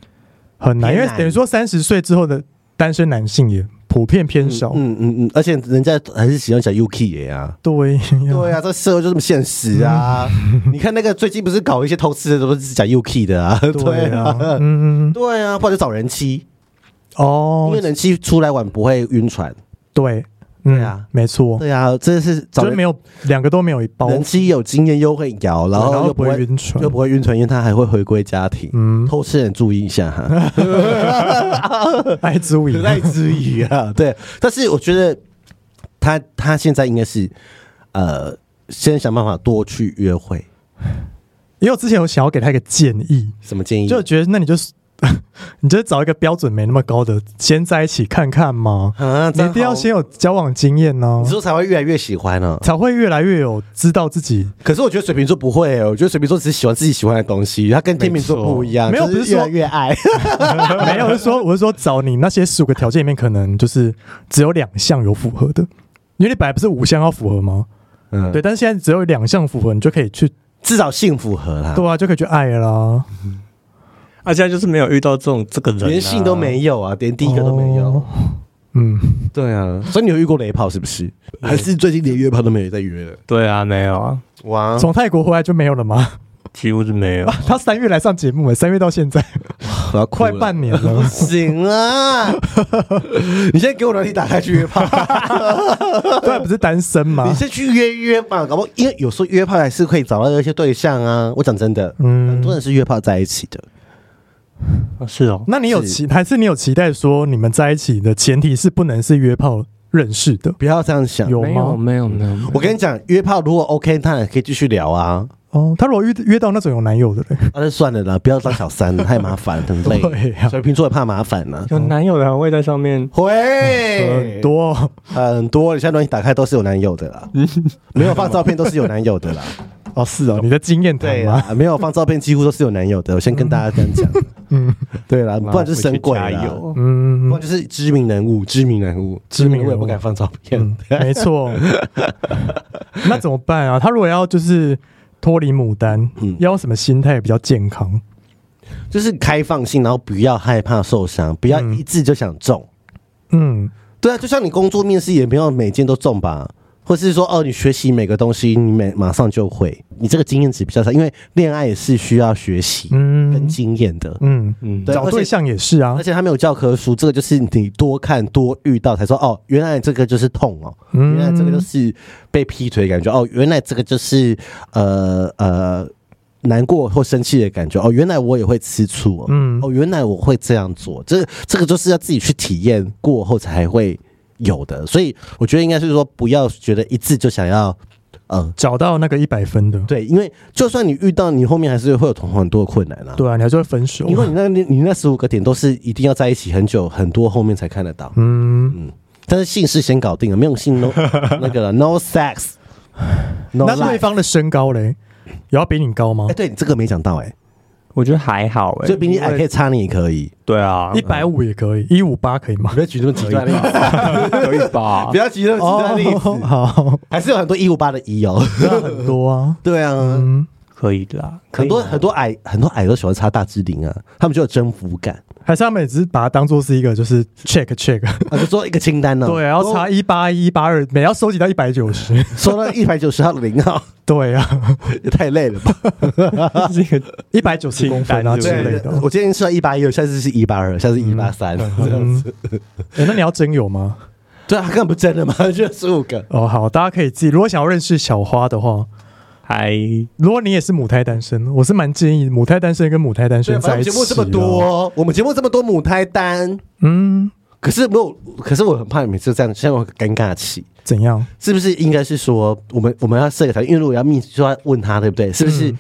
S2: 很难，因
S3: 偏
S2: 为
S3: 男
S2: 等于说三十岁之后的单身男性也普遍偏少。
S3: 嗯嗯嗯，而且人家还是喜欢讲 UK 啊。
S2: 对，嗯
S3: 对啊，这社会就这么现实啊！你看那个最近不是搞一些偷吃的，都是讲 UK 的啊，对
S2: 对啊，
S3: 啊，
S2: 嗯，
S3: [laughs] 对啊，不然就找人妻，因
S2: 哦
S3: 为，人妻出来晚不会晕船。
S2: 对，嗯
S3: 对啊
S2: 没错，
S3: 对啊，这是
S2: 就
S3: 找
S2: 是
S3: 人
S2: 没有两个都没有一包，
S3: 人妻有经验又会摇，然后又
S2: 不
S3: 不
S2: 会
S3: 会
S2: 晕船
S3: 又，不会晕船，因为他还会回归家庭。
S2: 嗯，
S3: 偷吃人注意一
S2: [laughs]
S3: 下哈，
S2: 爱之
S3: [laughs]
S2: 无影，
S3: 赖之语啊， [laughs] 对。但是我觉得他他现在应该是呃，先想办法多去约会。
S2: 因为我之前有想要给他一个建议，
S3: 什么建议？
S2: 就觉得那你就是 [laughs] 你就找一个标准没那么高的，先在一起看看嘛。
S3: 啊
S2: 你一定要先，有交往经验啊呢、
S3: 你说才会越来越喜欢呢、
S2: 才会越来越有知道自 [laughs] 己。
S3: 可是我觉得水瓶座不会、欸，我觉得水瓶座只是喜欢自己喜欢的东西，他跟天秤座不一样，
S2: 没错没有
S3: 就是
S2: 不是
S3: 越
S2: 说
S3: 来越爱。 [laughs]
S2: 没有，我是说，我是说找你那些十五个条件里面，可能就是只有两项有符合的，因为你本来不是五项要符合吗？
S3: 嗯，
S2: 对，，但是现在只有两项符合，你就可以去，
S3: 至少幸福和啦，
S2: 对啊，就可以去爱了啦。
S5: 啊，现在就是没有遇到这种这个人、啊，
S3: 连性都没有啊，连第一个都没有。
S2: 哦嗯，
S3: 对啊，所以你有遇过雷炮是不是？还是最近连约炮都没有在约了？
S5: 对啊，没有啊，
S3: 哇，
S2: 从泰国回来就没有了吗？
S5: 几乎是没有。
S2: 他三月来上节目，欸三月到 [laughs] 现在
S3: 我要哭
S2: 快
S3: 了。
S2: 半年了
S3: 行啊！ [laughs] 你先给我软体打开去 [laughs] 约炮，啊
S2: 对啊，不是单身吗
S3: 你？先去约约嘛，搞不好因为有时候约炮还是可以找到一些对象啊。我讲真的，很
S2: 嗯
S3: 多，人是约炮在一起的。
S5: 啊是哦，
S2: 那你有
S3: 是
S2: 期还是你有期待说你们在一起的前提是不能是约炮认识的？
S3: 不要这样想，
S2: 有
S4: 没有
S2: 吗？
S4: 没有没有，没有
S3: 我跟你讲，约炮如果 OK，那也可以继续聊 [laughs] 啊。
S2: 哦，他如果约约到那种有男友的嘞，
S3: 那、就算了啦，不要当小三，太麻烦，很 [laughs] 累。
S2: 对呀
S3: 水瓶座也怕麻烦 [laughs] 呢、啊。
S4: 有男友的还会在上面
S3: [laughs] 会
S2: 很多哦
S3: 很多，你现在软体打开都是有男友的啦，没有放照片都是有男友的啦。
S2: 嗯 [laughs] 哦，是哦，你的经验谈
S3: 对
S2: 吗？
S3: 啦，没有放照片，几乎都是有男友的。我先跟大家这样讲，
S2: 嗯
S3: [laughs] 对啦，不然就是神鬼啊
S5: 回去
S3: 啦
S5: 加，油
S2: 嗯
S3: 不然就是知名人物，知名人物，知名人物也不敢放照片啊
S2: 嗯，， [laughs] 没
S3: [laughs]
S2: 错。那怎么办啊？他如果要就是脱离牡丹，
S3: 嗯
S2: 要用什么心态比较健康？
S3: 就是开放性，然后不要害怕受伤，不要一次就想中。
S2: 嗯，
S3: 对啊，就像你工作面试也没有每件都中吧，或是说哦，你学习每个东西你每马上就会，你这个经验值比较差，因为恋爱也是需要学习
S2: 嗯
S3: 跟经验的。
S2: 嗯，
S5: 嗯，
S3: 对
S2: 找
S3: 而且
S2: 对象也是啊
S3: 而。且他没有教科书，这个就是你多看多遇到才说哦，原来这个就是痛哦，
S2: 嗯
S3: 原来这个就是被劈腿的感觉哦，原来这个就是呃呃难过或生气的感觉哦，原来我也会吃醋哦，
S2: 嗯
S3: 哦，原来我会这样做，这个这个就是要自己去体验过后才会有的，所以我觉得应该是说不要觉得一次就想要嗯。
S2: 找到那个一百分的，
S3: 对，因为就算你遇到，你后面还是会有同很多的困难啊。
S2: 对啊，你还是会分手。
S3: 因为你那你你那十五个点都是一定要在一起很久很多后面才看得到，
S2: 嗯，
S3: 但是性是先搞定了，没有性 no 那个了 no sex no
S2: 那对
S3: life。
S2: 方的身高嘞，有要比你高吗
S3: 哎，？对你这个没讲到哎，
S4: 我觉得还好哎、
S3: 就比你矮可
S4: 因
S3: 以
S4: 为
S3: 插你也可以，
S5: 对啊
S3: 哎
S2: 一，百五也可以，一五八可以吗
S3: [laughs] 不？要举这么极端例子，
S5: 可以吧
S3: [laughs] 不？要举这么极端例
S2: 哦 [laughs]
S3: 子，
S2: 好，
S3: 哦 [laughs] 还是有很多一五八的一哦。 [laughs]
S2: 那很多啊。
S3: 对啊，
S2: 嗯，
S4: 可以的啦，可
S3: 很
S4: 以
S3: 多
S4: 啦
S3: 很多矮很多矮都喜欢插大支领啊，他们就有征服感
S2: 还是他们也只是把它当做是一个就是 check check，
S3: 啊，就做一个清单呢。
S2: 对，啊要差一八一八二，每要收集到一百九
S3: [laughs]
S2: 十，
S3: 收到一百九十号的哦零号，
S2: 对啊，
S3: 也太累了吧。
S5: 是一
S3: [laughs]
S5: 个
S2: 一百九十公分啊之
S5: 清单
S2: 类
S3: 对
S2: 的。，
S3: 我今天吃到一八一，下次是一八二，下次一八三，这样
S2: 嗯，诶那你要真有吗？
S3: 对啊，根本不真的嘛， [laughs] 就十五个。
S2: 哦，好，大家可以自己。如果想要认识小花的话，
S5: 还
S2: 如果你也是母胎单身，我是蛮建议母胎单身跟母胎单
S3: 对，啊
S2: 身
S3: 反正我
S2: 在
S3: 们
S2: 一起。哦
S3: 节目这么，多，哦我们节目这么多母胎单，
S2: 嗯，
S3: 可是没有，可是我很怕你每次这样，现在我很尴尬期，
S2: 怎样？
S3: 是不是应该是说我们我们要设个条件，因为如果要密就要问他，对不对？是不
S2: 嗯
S3: 是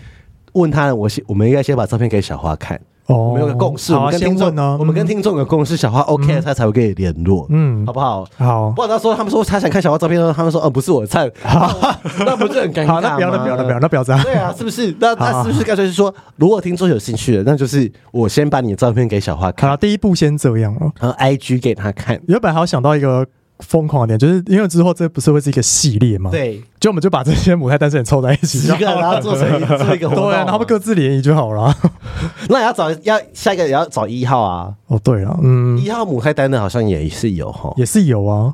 S3: 问他？我先我们应该先把照片给小花看，
S2: 哦，
S3: 我们有个共识，我
S2: 好啊，
S3: 们跟
S2: 先
S3: 听众
S2: 问呢，
S3: 我们
S2: 嗯
S3: 跟听众有共识，小花 OK，他才会跟你联络，
S2: 嗯
S3: 好不好？
S2: 好
S3: 不。然他说他们说他想看小花照片，他们说哦不是我
S2: [laughs]
S3: 的菜，那不是很尴尬吗？
S2: 好，那不要，那不要，那不要，那不要这样。
S3: 对 [laughs] 啊，是不是？那
S2: 好
S3: 那是不是干脆是说，如果听众有兴趣的，那就是我先把你的照片给小
S2: [laughs]
S3: 花
S2: 好
S3: 看
S2: 了，，第一步先这样了。
S3: 然后 IG 给他看。
S2: 原本还有想到一个疯狂的点，就是因为之后这不是会是一个系列吗？，
S3: 对，
S2: 就我们就把这些母胎单身人凑在一起
S3: 几
S2: 就
S3: 个
S2: 好了，
S3: 然后做成一做一个活动，
S2: 对啊，然后他们各自联谊就好了。
S3: 那也要找要下一个也要找一号啊，
S2: 哦，对了，嗯，
S3: 一号母胎单的好像也是有哈，
S2: 也是有啊，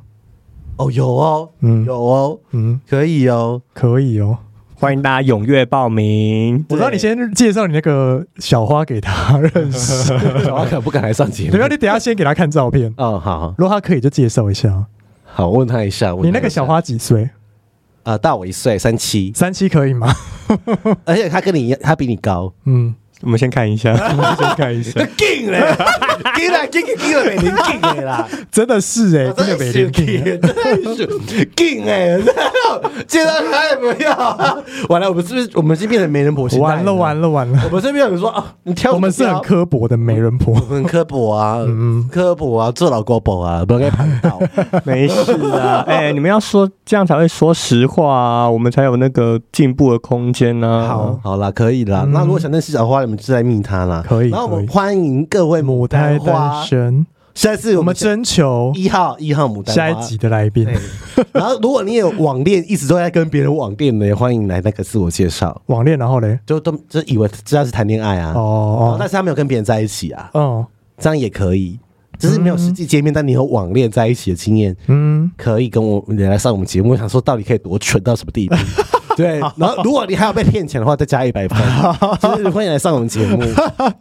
S3: 哦有哦，
S2: 嗯
S3: 有哦，
S2: 嗯，
S3: 可以哦，
S2: 可以哦。
S5: 欢迎大家踊跃报名。
S2: 我让你先介绍你那个小花给他认识，
S3: 小花敢不敢来上节
S2: 没有，
S3: 目？
S2: 你等一下先给他看照片，
S3: 哦，好
S2: 如果他可以就介绍一下。
S3: 好，问他一下，问他
S2: 你
S3: 一下呃
S2: 那个小花几岁？
S3: 啊，大我一岁，三七，
S2: 三七可以吗？
S3: 而且他跟你一样，他比你高，
S2: 嗯，
S4: 我们先看
S2: [laughs]
S4: 一下，我们先看一下
S3: 那。劲嘞， [laughs] 劲啦，劲劲了，每天劲的啦，
S2: 真的是哎、真的没
S3: 哦是
S2: 脸皮。
S3: [laughs] 劲，真是劲哎，见到他也不要啊。 [laughs] 完了，我们是不是我们是变成媒人婆心态？
S2: 完了完
S3: 了，
S2: 了完了
S3: 我，啊们身边有人说啊，你挑什么
S2: 我们是很嗯
S3: 挑
S2: 刻薄的媒人婆
S3: 我。们很刻薄啊，刻薄啊，做老国婆啊，不要给盘到。
S4: 没事啊， [laughs] 哎、你们要说这样才会说实话啊，我们才有那个进步的空间呢、啊。
S2: [laughs] 好
S3: 嗯好啦，可以啦。那如果想认识小花，你们就来密他啦。
S2: 可以
S3: 然后我们
S2: 可以
S3: 欢迎各位牡丹
S2: 太
S3: 花
S2: 单，身，
S3: 下次
S2: 我
S3: 我
S2: 们
S3: 们
S2: 征求
S3: 一号一号牡丹
S2: 下
S3: 花
S2: 一集。的来宾
S3: 对，然后如果你有网恋，一直都在跟别人网恋的，也欢迎来那个自我介绍。
S2: 网恋，然后嘞，
S3: 就都就以为知道是谈恋爱啊，然后
S2: 哦
S3: 但是他没有跟别人在一起啊，
S2: 哦，
S3: 这样也可以，只是没有实际见面，但你有网恋在一起的经验，
S2: 嗯
S3: 可以跟我你来上我们节目，我想说到底可以多蠢到什么地步？对，然后如果你还有被骗钱的话，再加一百分，就是欢迎来上我们节目，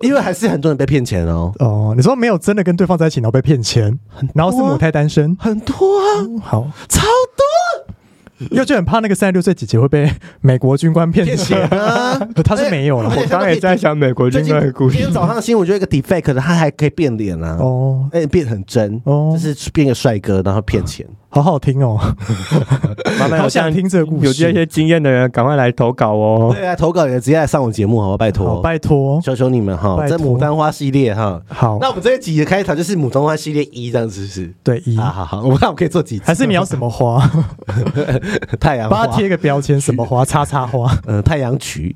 S3: 因为还是很多人被骗钱哦，
S2: 嗯，哦，你说没有真的跟对方在一起，然后被骗钱，
S3: 啊
S2: 然后是母胎单身，
S3: 很多啊，
S2: 好，
S3: 超多
S2: 因为就很怕那个三十六岁姐姐会被美国军官骗
S3: 骗钱
S2: 钱，，
S3: 啊
S2: [laughs] 他是没有了
S3: 而且
S4: 我刚刚也在想美国
S3: 最
S4: 军
S3: 近
S4: 官的故
S3: 今
S4: 事
S3: 天。早上新闻就有一个 defect，他还可以变脸啊，
S2: 哦，
S3: 哎，变很真，
S2: 哦
S3: 就是变个帅哥，然后骗钱。
S2: 好好听哦，
S4: 麻烦有
S2: 好想听这个故事
S4: 有这些经验的人，赶快来投稿哦。
S3: 对啊，投稿也直接来上我节目，好不好？拜
S2: 好
S3: 托，
S2: 拜托，
S3: 求求你们哈，
S2: 哦拜
S3: 这
S2: 托
S3: 牡丹花系列哈。
S2: 好，
S3: 那我们这一集的开头就是牡丹花系列一，这样子是
S2: 对一
S3: 不是？好好好，我看我可以做几集？
S2: 还是你要什么花，
S3: [laughs] 太阳花
S2: 帮他贴个标签，什么
S3: [laughs]
S2: 花，叉叉花，
S3: 呃太阳菊、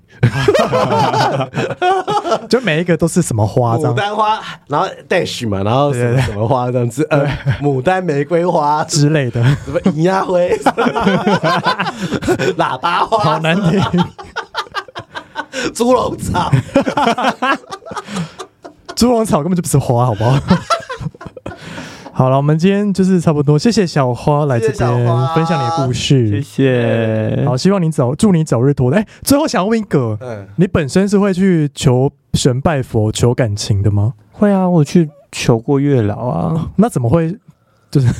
S2: 就每一个都是什么花这
S3: 牡
S2: 样
S3: 丹花，然后 dash 嘛，然后什么什么花这样子，呃，牡丹玫瑰花，什
S2: 之类的，
S3: 么银
S2: [laughs]
S3: 鸭灰，喇
S2: 好
S3: 叭花，
S2: 难听，
S3: [laughs] 猪笼草，
S2: 猪笼草根本就不是花，好不 [laughs] 好？好了，我们今天就是差不多，谢谢小花来这
S3: 谢谢小
S2: 边
S3: 花
S2: 分享你的故事。
S4: 谢谢。
S2: 好，希望你早祝你早日脱单。哎，最后想问一个，
S3: 嗯，
S2: 你本身是会去求神拜佛、求感情的吗？
S4: 会啊，我去求过月老啊，
S2: 那怎么会？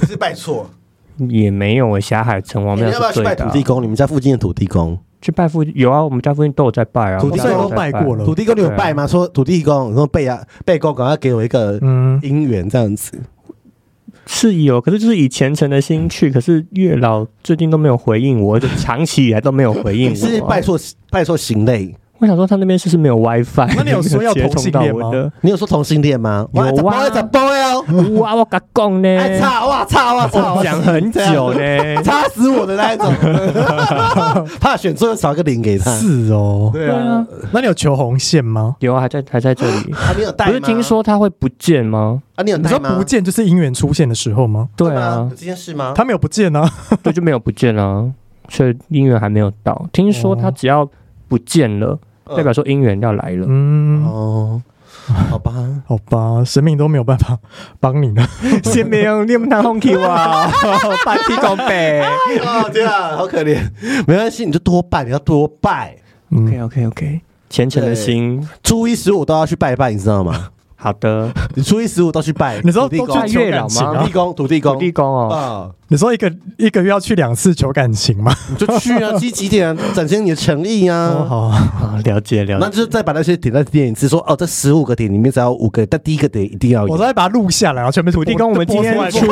S3: 是拜错。
S4: 也没有诶，霞海城隍
S3: 哎你
S4: 庙
S3: 们
S4: 是
S3: 要不要去
S4: 对
S3: 拜
S4: 的
S3: 土
S4: 啊。
S3: 地公？你们家附近的土地公，
S4: 去拜附有啊，我们家附近都有在拜啊。
S3: 土地公
S4: 我们家有在
S2: 拜过了
S3: 土地公你有拜吗？说土地公，你说拜啊，拜公，赶快给我一个
S2: 嗯，
S3: 姻缘这样子。
S4: 是有，可是就是以虔诚的心去，可是月老最近都没有回应我，就长期以来都没有回应
S3: 你 [laughs]
S4: 我。
S3: 是拜错拜错行类，
S4: 我想说他那边是不是没有 WiFi？
S2: 那你有说要
S4: 接
S2: 同性
S4: 通到
S2: 恋
S4: 我
S2: 吗
S4: 的？
S3: 你有说同性恋吗？
S4: 有啊
S3: 哇咋不会哦？
S4: 哇，我敢讲呢，
S3: [laughs] 哎操！哇操！哇操！。
S4: 讲很久呢 [laughs]
S3: 插死我的那一种，怕选错就少个零给他。
S2: 是哦。
S3: [laughs] 对啊，
S2: 那你有求红线吗？
S4: 有啊，还在还在这
S3: [laughs]
S4: 里。
S3: 啊你有带
S4: 不
S3: 吗？
S4: 是听说他会不见吗？
S3: 啊你有
S2: 你
S3: 带
S2: 说
S3: 吗？
S2: 不见就是姻缘出现的时候吗？
S4: 对
S3: 吗
S4: 啊
S3: 有，这件事吗？
S2: 他没有不见
S4: [laughs]
S2: 啊，
S4: 对就没有不见啊，所以姻缘还没有到。听说他只要不见了，
S3: 嗯
S4: 代表说姻缘要来了。
S2: 嗯，
S3: 哦，好吧，
S2: 好吧，神明都没有办法帮你
S4: [laughs]
S2: 呢。
S4: [laughs] 先别用你们当空气 [laughs] 哇，拜地公呗。
S3: 哦天啊，好可怜，没关系，你就多拜，你要多拜，
S2: 嗯
S4: OK OK OK，虔诚的心，
S3: 初一十五都要去拜拜，你知道吗？
S4: 好的。
S3: 你初一十五都去拜，
S2: [laughs] 你知道
S3: 土地
S2: 都
S3: 公
S2: 去
S4: 拜
S2: 求
S4: 月
S2: 感
S4: 老
S2: 情
S4: 吗
S3: 土
S2: 啊
S3: 地？公，土地
S4: [laughs] 土
S3: 公，
S4: 地公哦，
S3: 啊，
S2: 你说一个一个月要去两次求感情吗？
S3: 你就去啊，积极点啊，展现你的诚意
S2: 哦，
S3: 啊。
S2: 好
S4: [laughs]
S2: 啊，
S4: 啊了解了
S3: 那
S4: 解。
S3: 就是再把那些点再点一次，说哦，这十五个点里面只要有五个，但第一个点一定要有。
S2: 我都会把它录下来，然后全部
S4: 土地公，我们
S3: [laughs]
S4: 今天初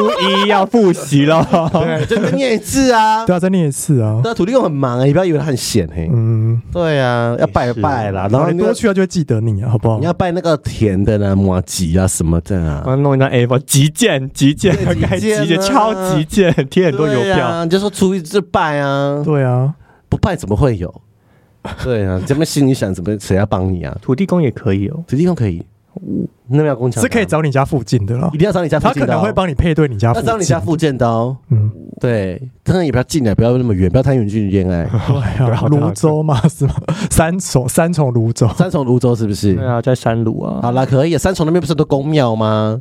S4: 一要复习了。
S3: 对，就跟念一次 [laughs] 啊。
S2: 对啊，再念一次啊。
S3: 那土地公很忙啊，你不要以为他很闲嘿。
S2: 嗯，
S3: 对啊，要拜拜啦，然
S2: 然
S3: 后
S2: 后你
S3: 你
S2: 多
S3: 要
S2: 去他就会记得你啊，好不好
S3: 你？要拜那个甜的呢，麻吉啊什么的
S4: [laughs]
S3: 啊。
S4: 我要弄一张 A 4极简极简
S3: 对，
S4: 该
S3: 极
S4: 极
S3: 简啊
S4: 简，超
S3: [laughs]
S4: 极简，贴很多邮
S3: 对
S4: 票。
S3: 啊，你就说初一就拜啊，
S2: 对啊，
S3: 不拜怎么会有？对啊，这边心里想怎么谁要帮你啊？
S4: 土地公也可以哦，
S3: 土地公可以，那边要工厂啊
S2: 是可以，找你家附近的啦
S3: 一。定要找你家附
S2: 他
S3: 近
S2: 可
S3: 的哦，
S2: 能会帮你配对你家附
S3: 要
S2: 近。
S3: 找你家附近的哦。
S2: 嗯，
S3: 对，当然也不要近了，啊不要那么远，不要太远距离恋爱。
S2: [laughs] 对啊，泸州嘛是吗？三重三重泸
S3: [laughs]
S2: 州，
S3: 三重泸州是不是？
S4: 对啊，在山鲁啊，
S3: 好啦，可以啊。三重那边不是很多公庙吗？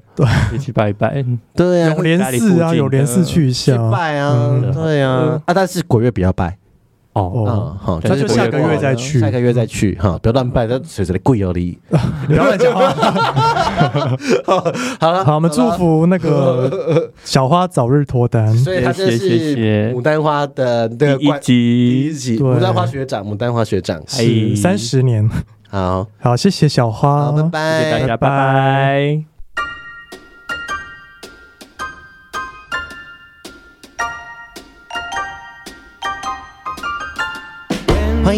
S4: 你去拜拜。
S3: 对啊
S2: 有，连寺啊，有连寺去一
S3: 去
S2: 下啊。
S3: 拜啊，
S2: 嗯
S3: 对啊
S4: 嗯，
S3: 啊，但是鬼月不要拜
S4: 哦，
S2: 哦
S3: 啊，，好，
S4: 那
S2: 就
S3: 鬼
S2: 下个
S3: 过
S2: 月
S3: 后
S2: 再
S3: 呢
S2: 去嗯
S3: 下个月再去哈，不要乱拜，那随着的贵而已。
S2: 不要乱讲话。
S3: 好了，
S2: 好，我们祝福那
S3: [laughs]
S2: 个小花早日脱单。
S3: 所以他这
S4: 谢谢谢
S3: 是
S4: 谢
S3: 牡丹花的那个
S4: 第一
S3: 冠第一
S4: 集，
S3: 集，
S2: 对
S3: 牡丹花学长，牡丹花学长，
S4: 哎
S2: 三十年，
S3: 好，
S2: 好，谢谢小花，
S3: 好，拜
S4: 谢谢大
S3: 拜。
S2: 拜
S4: 家，拜
S2: 拜
S4: 拜
S3: 欢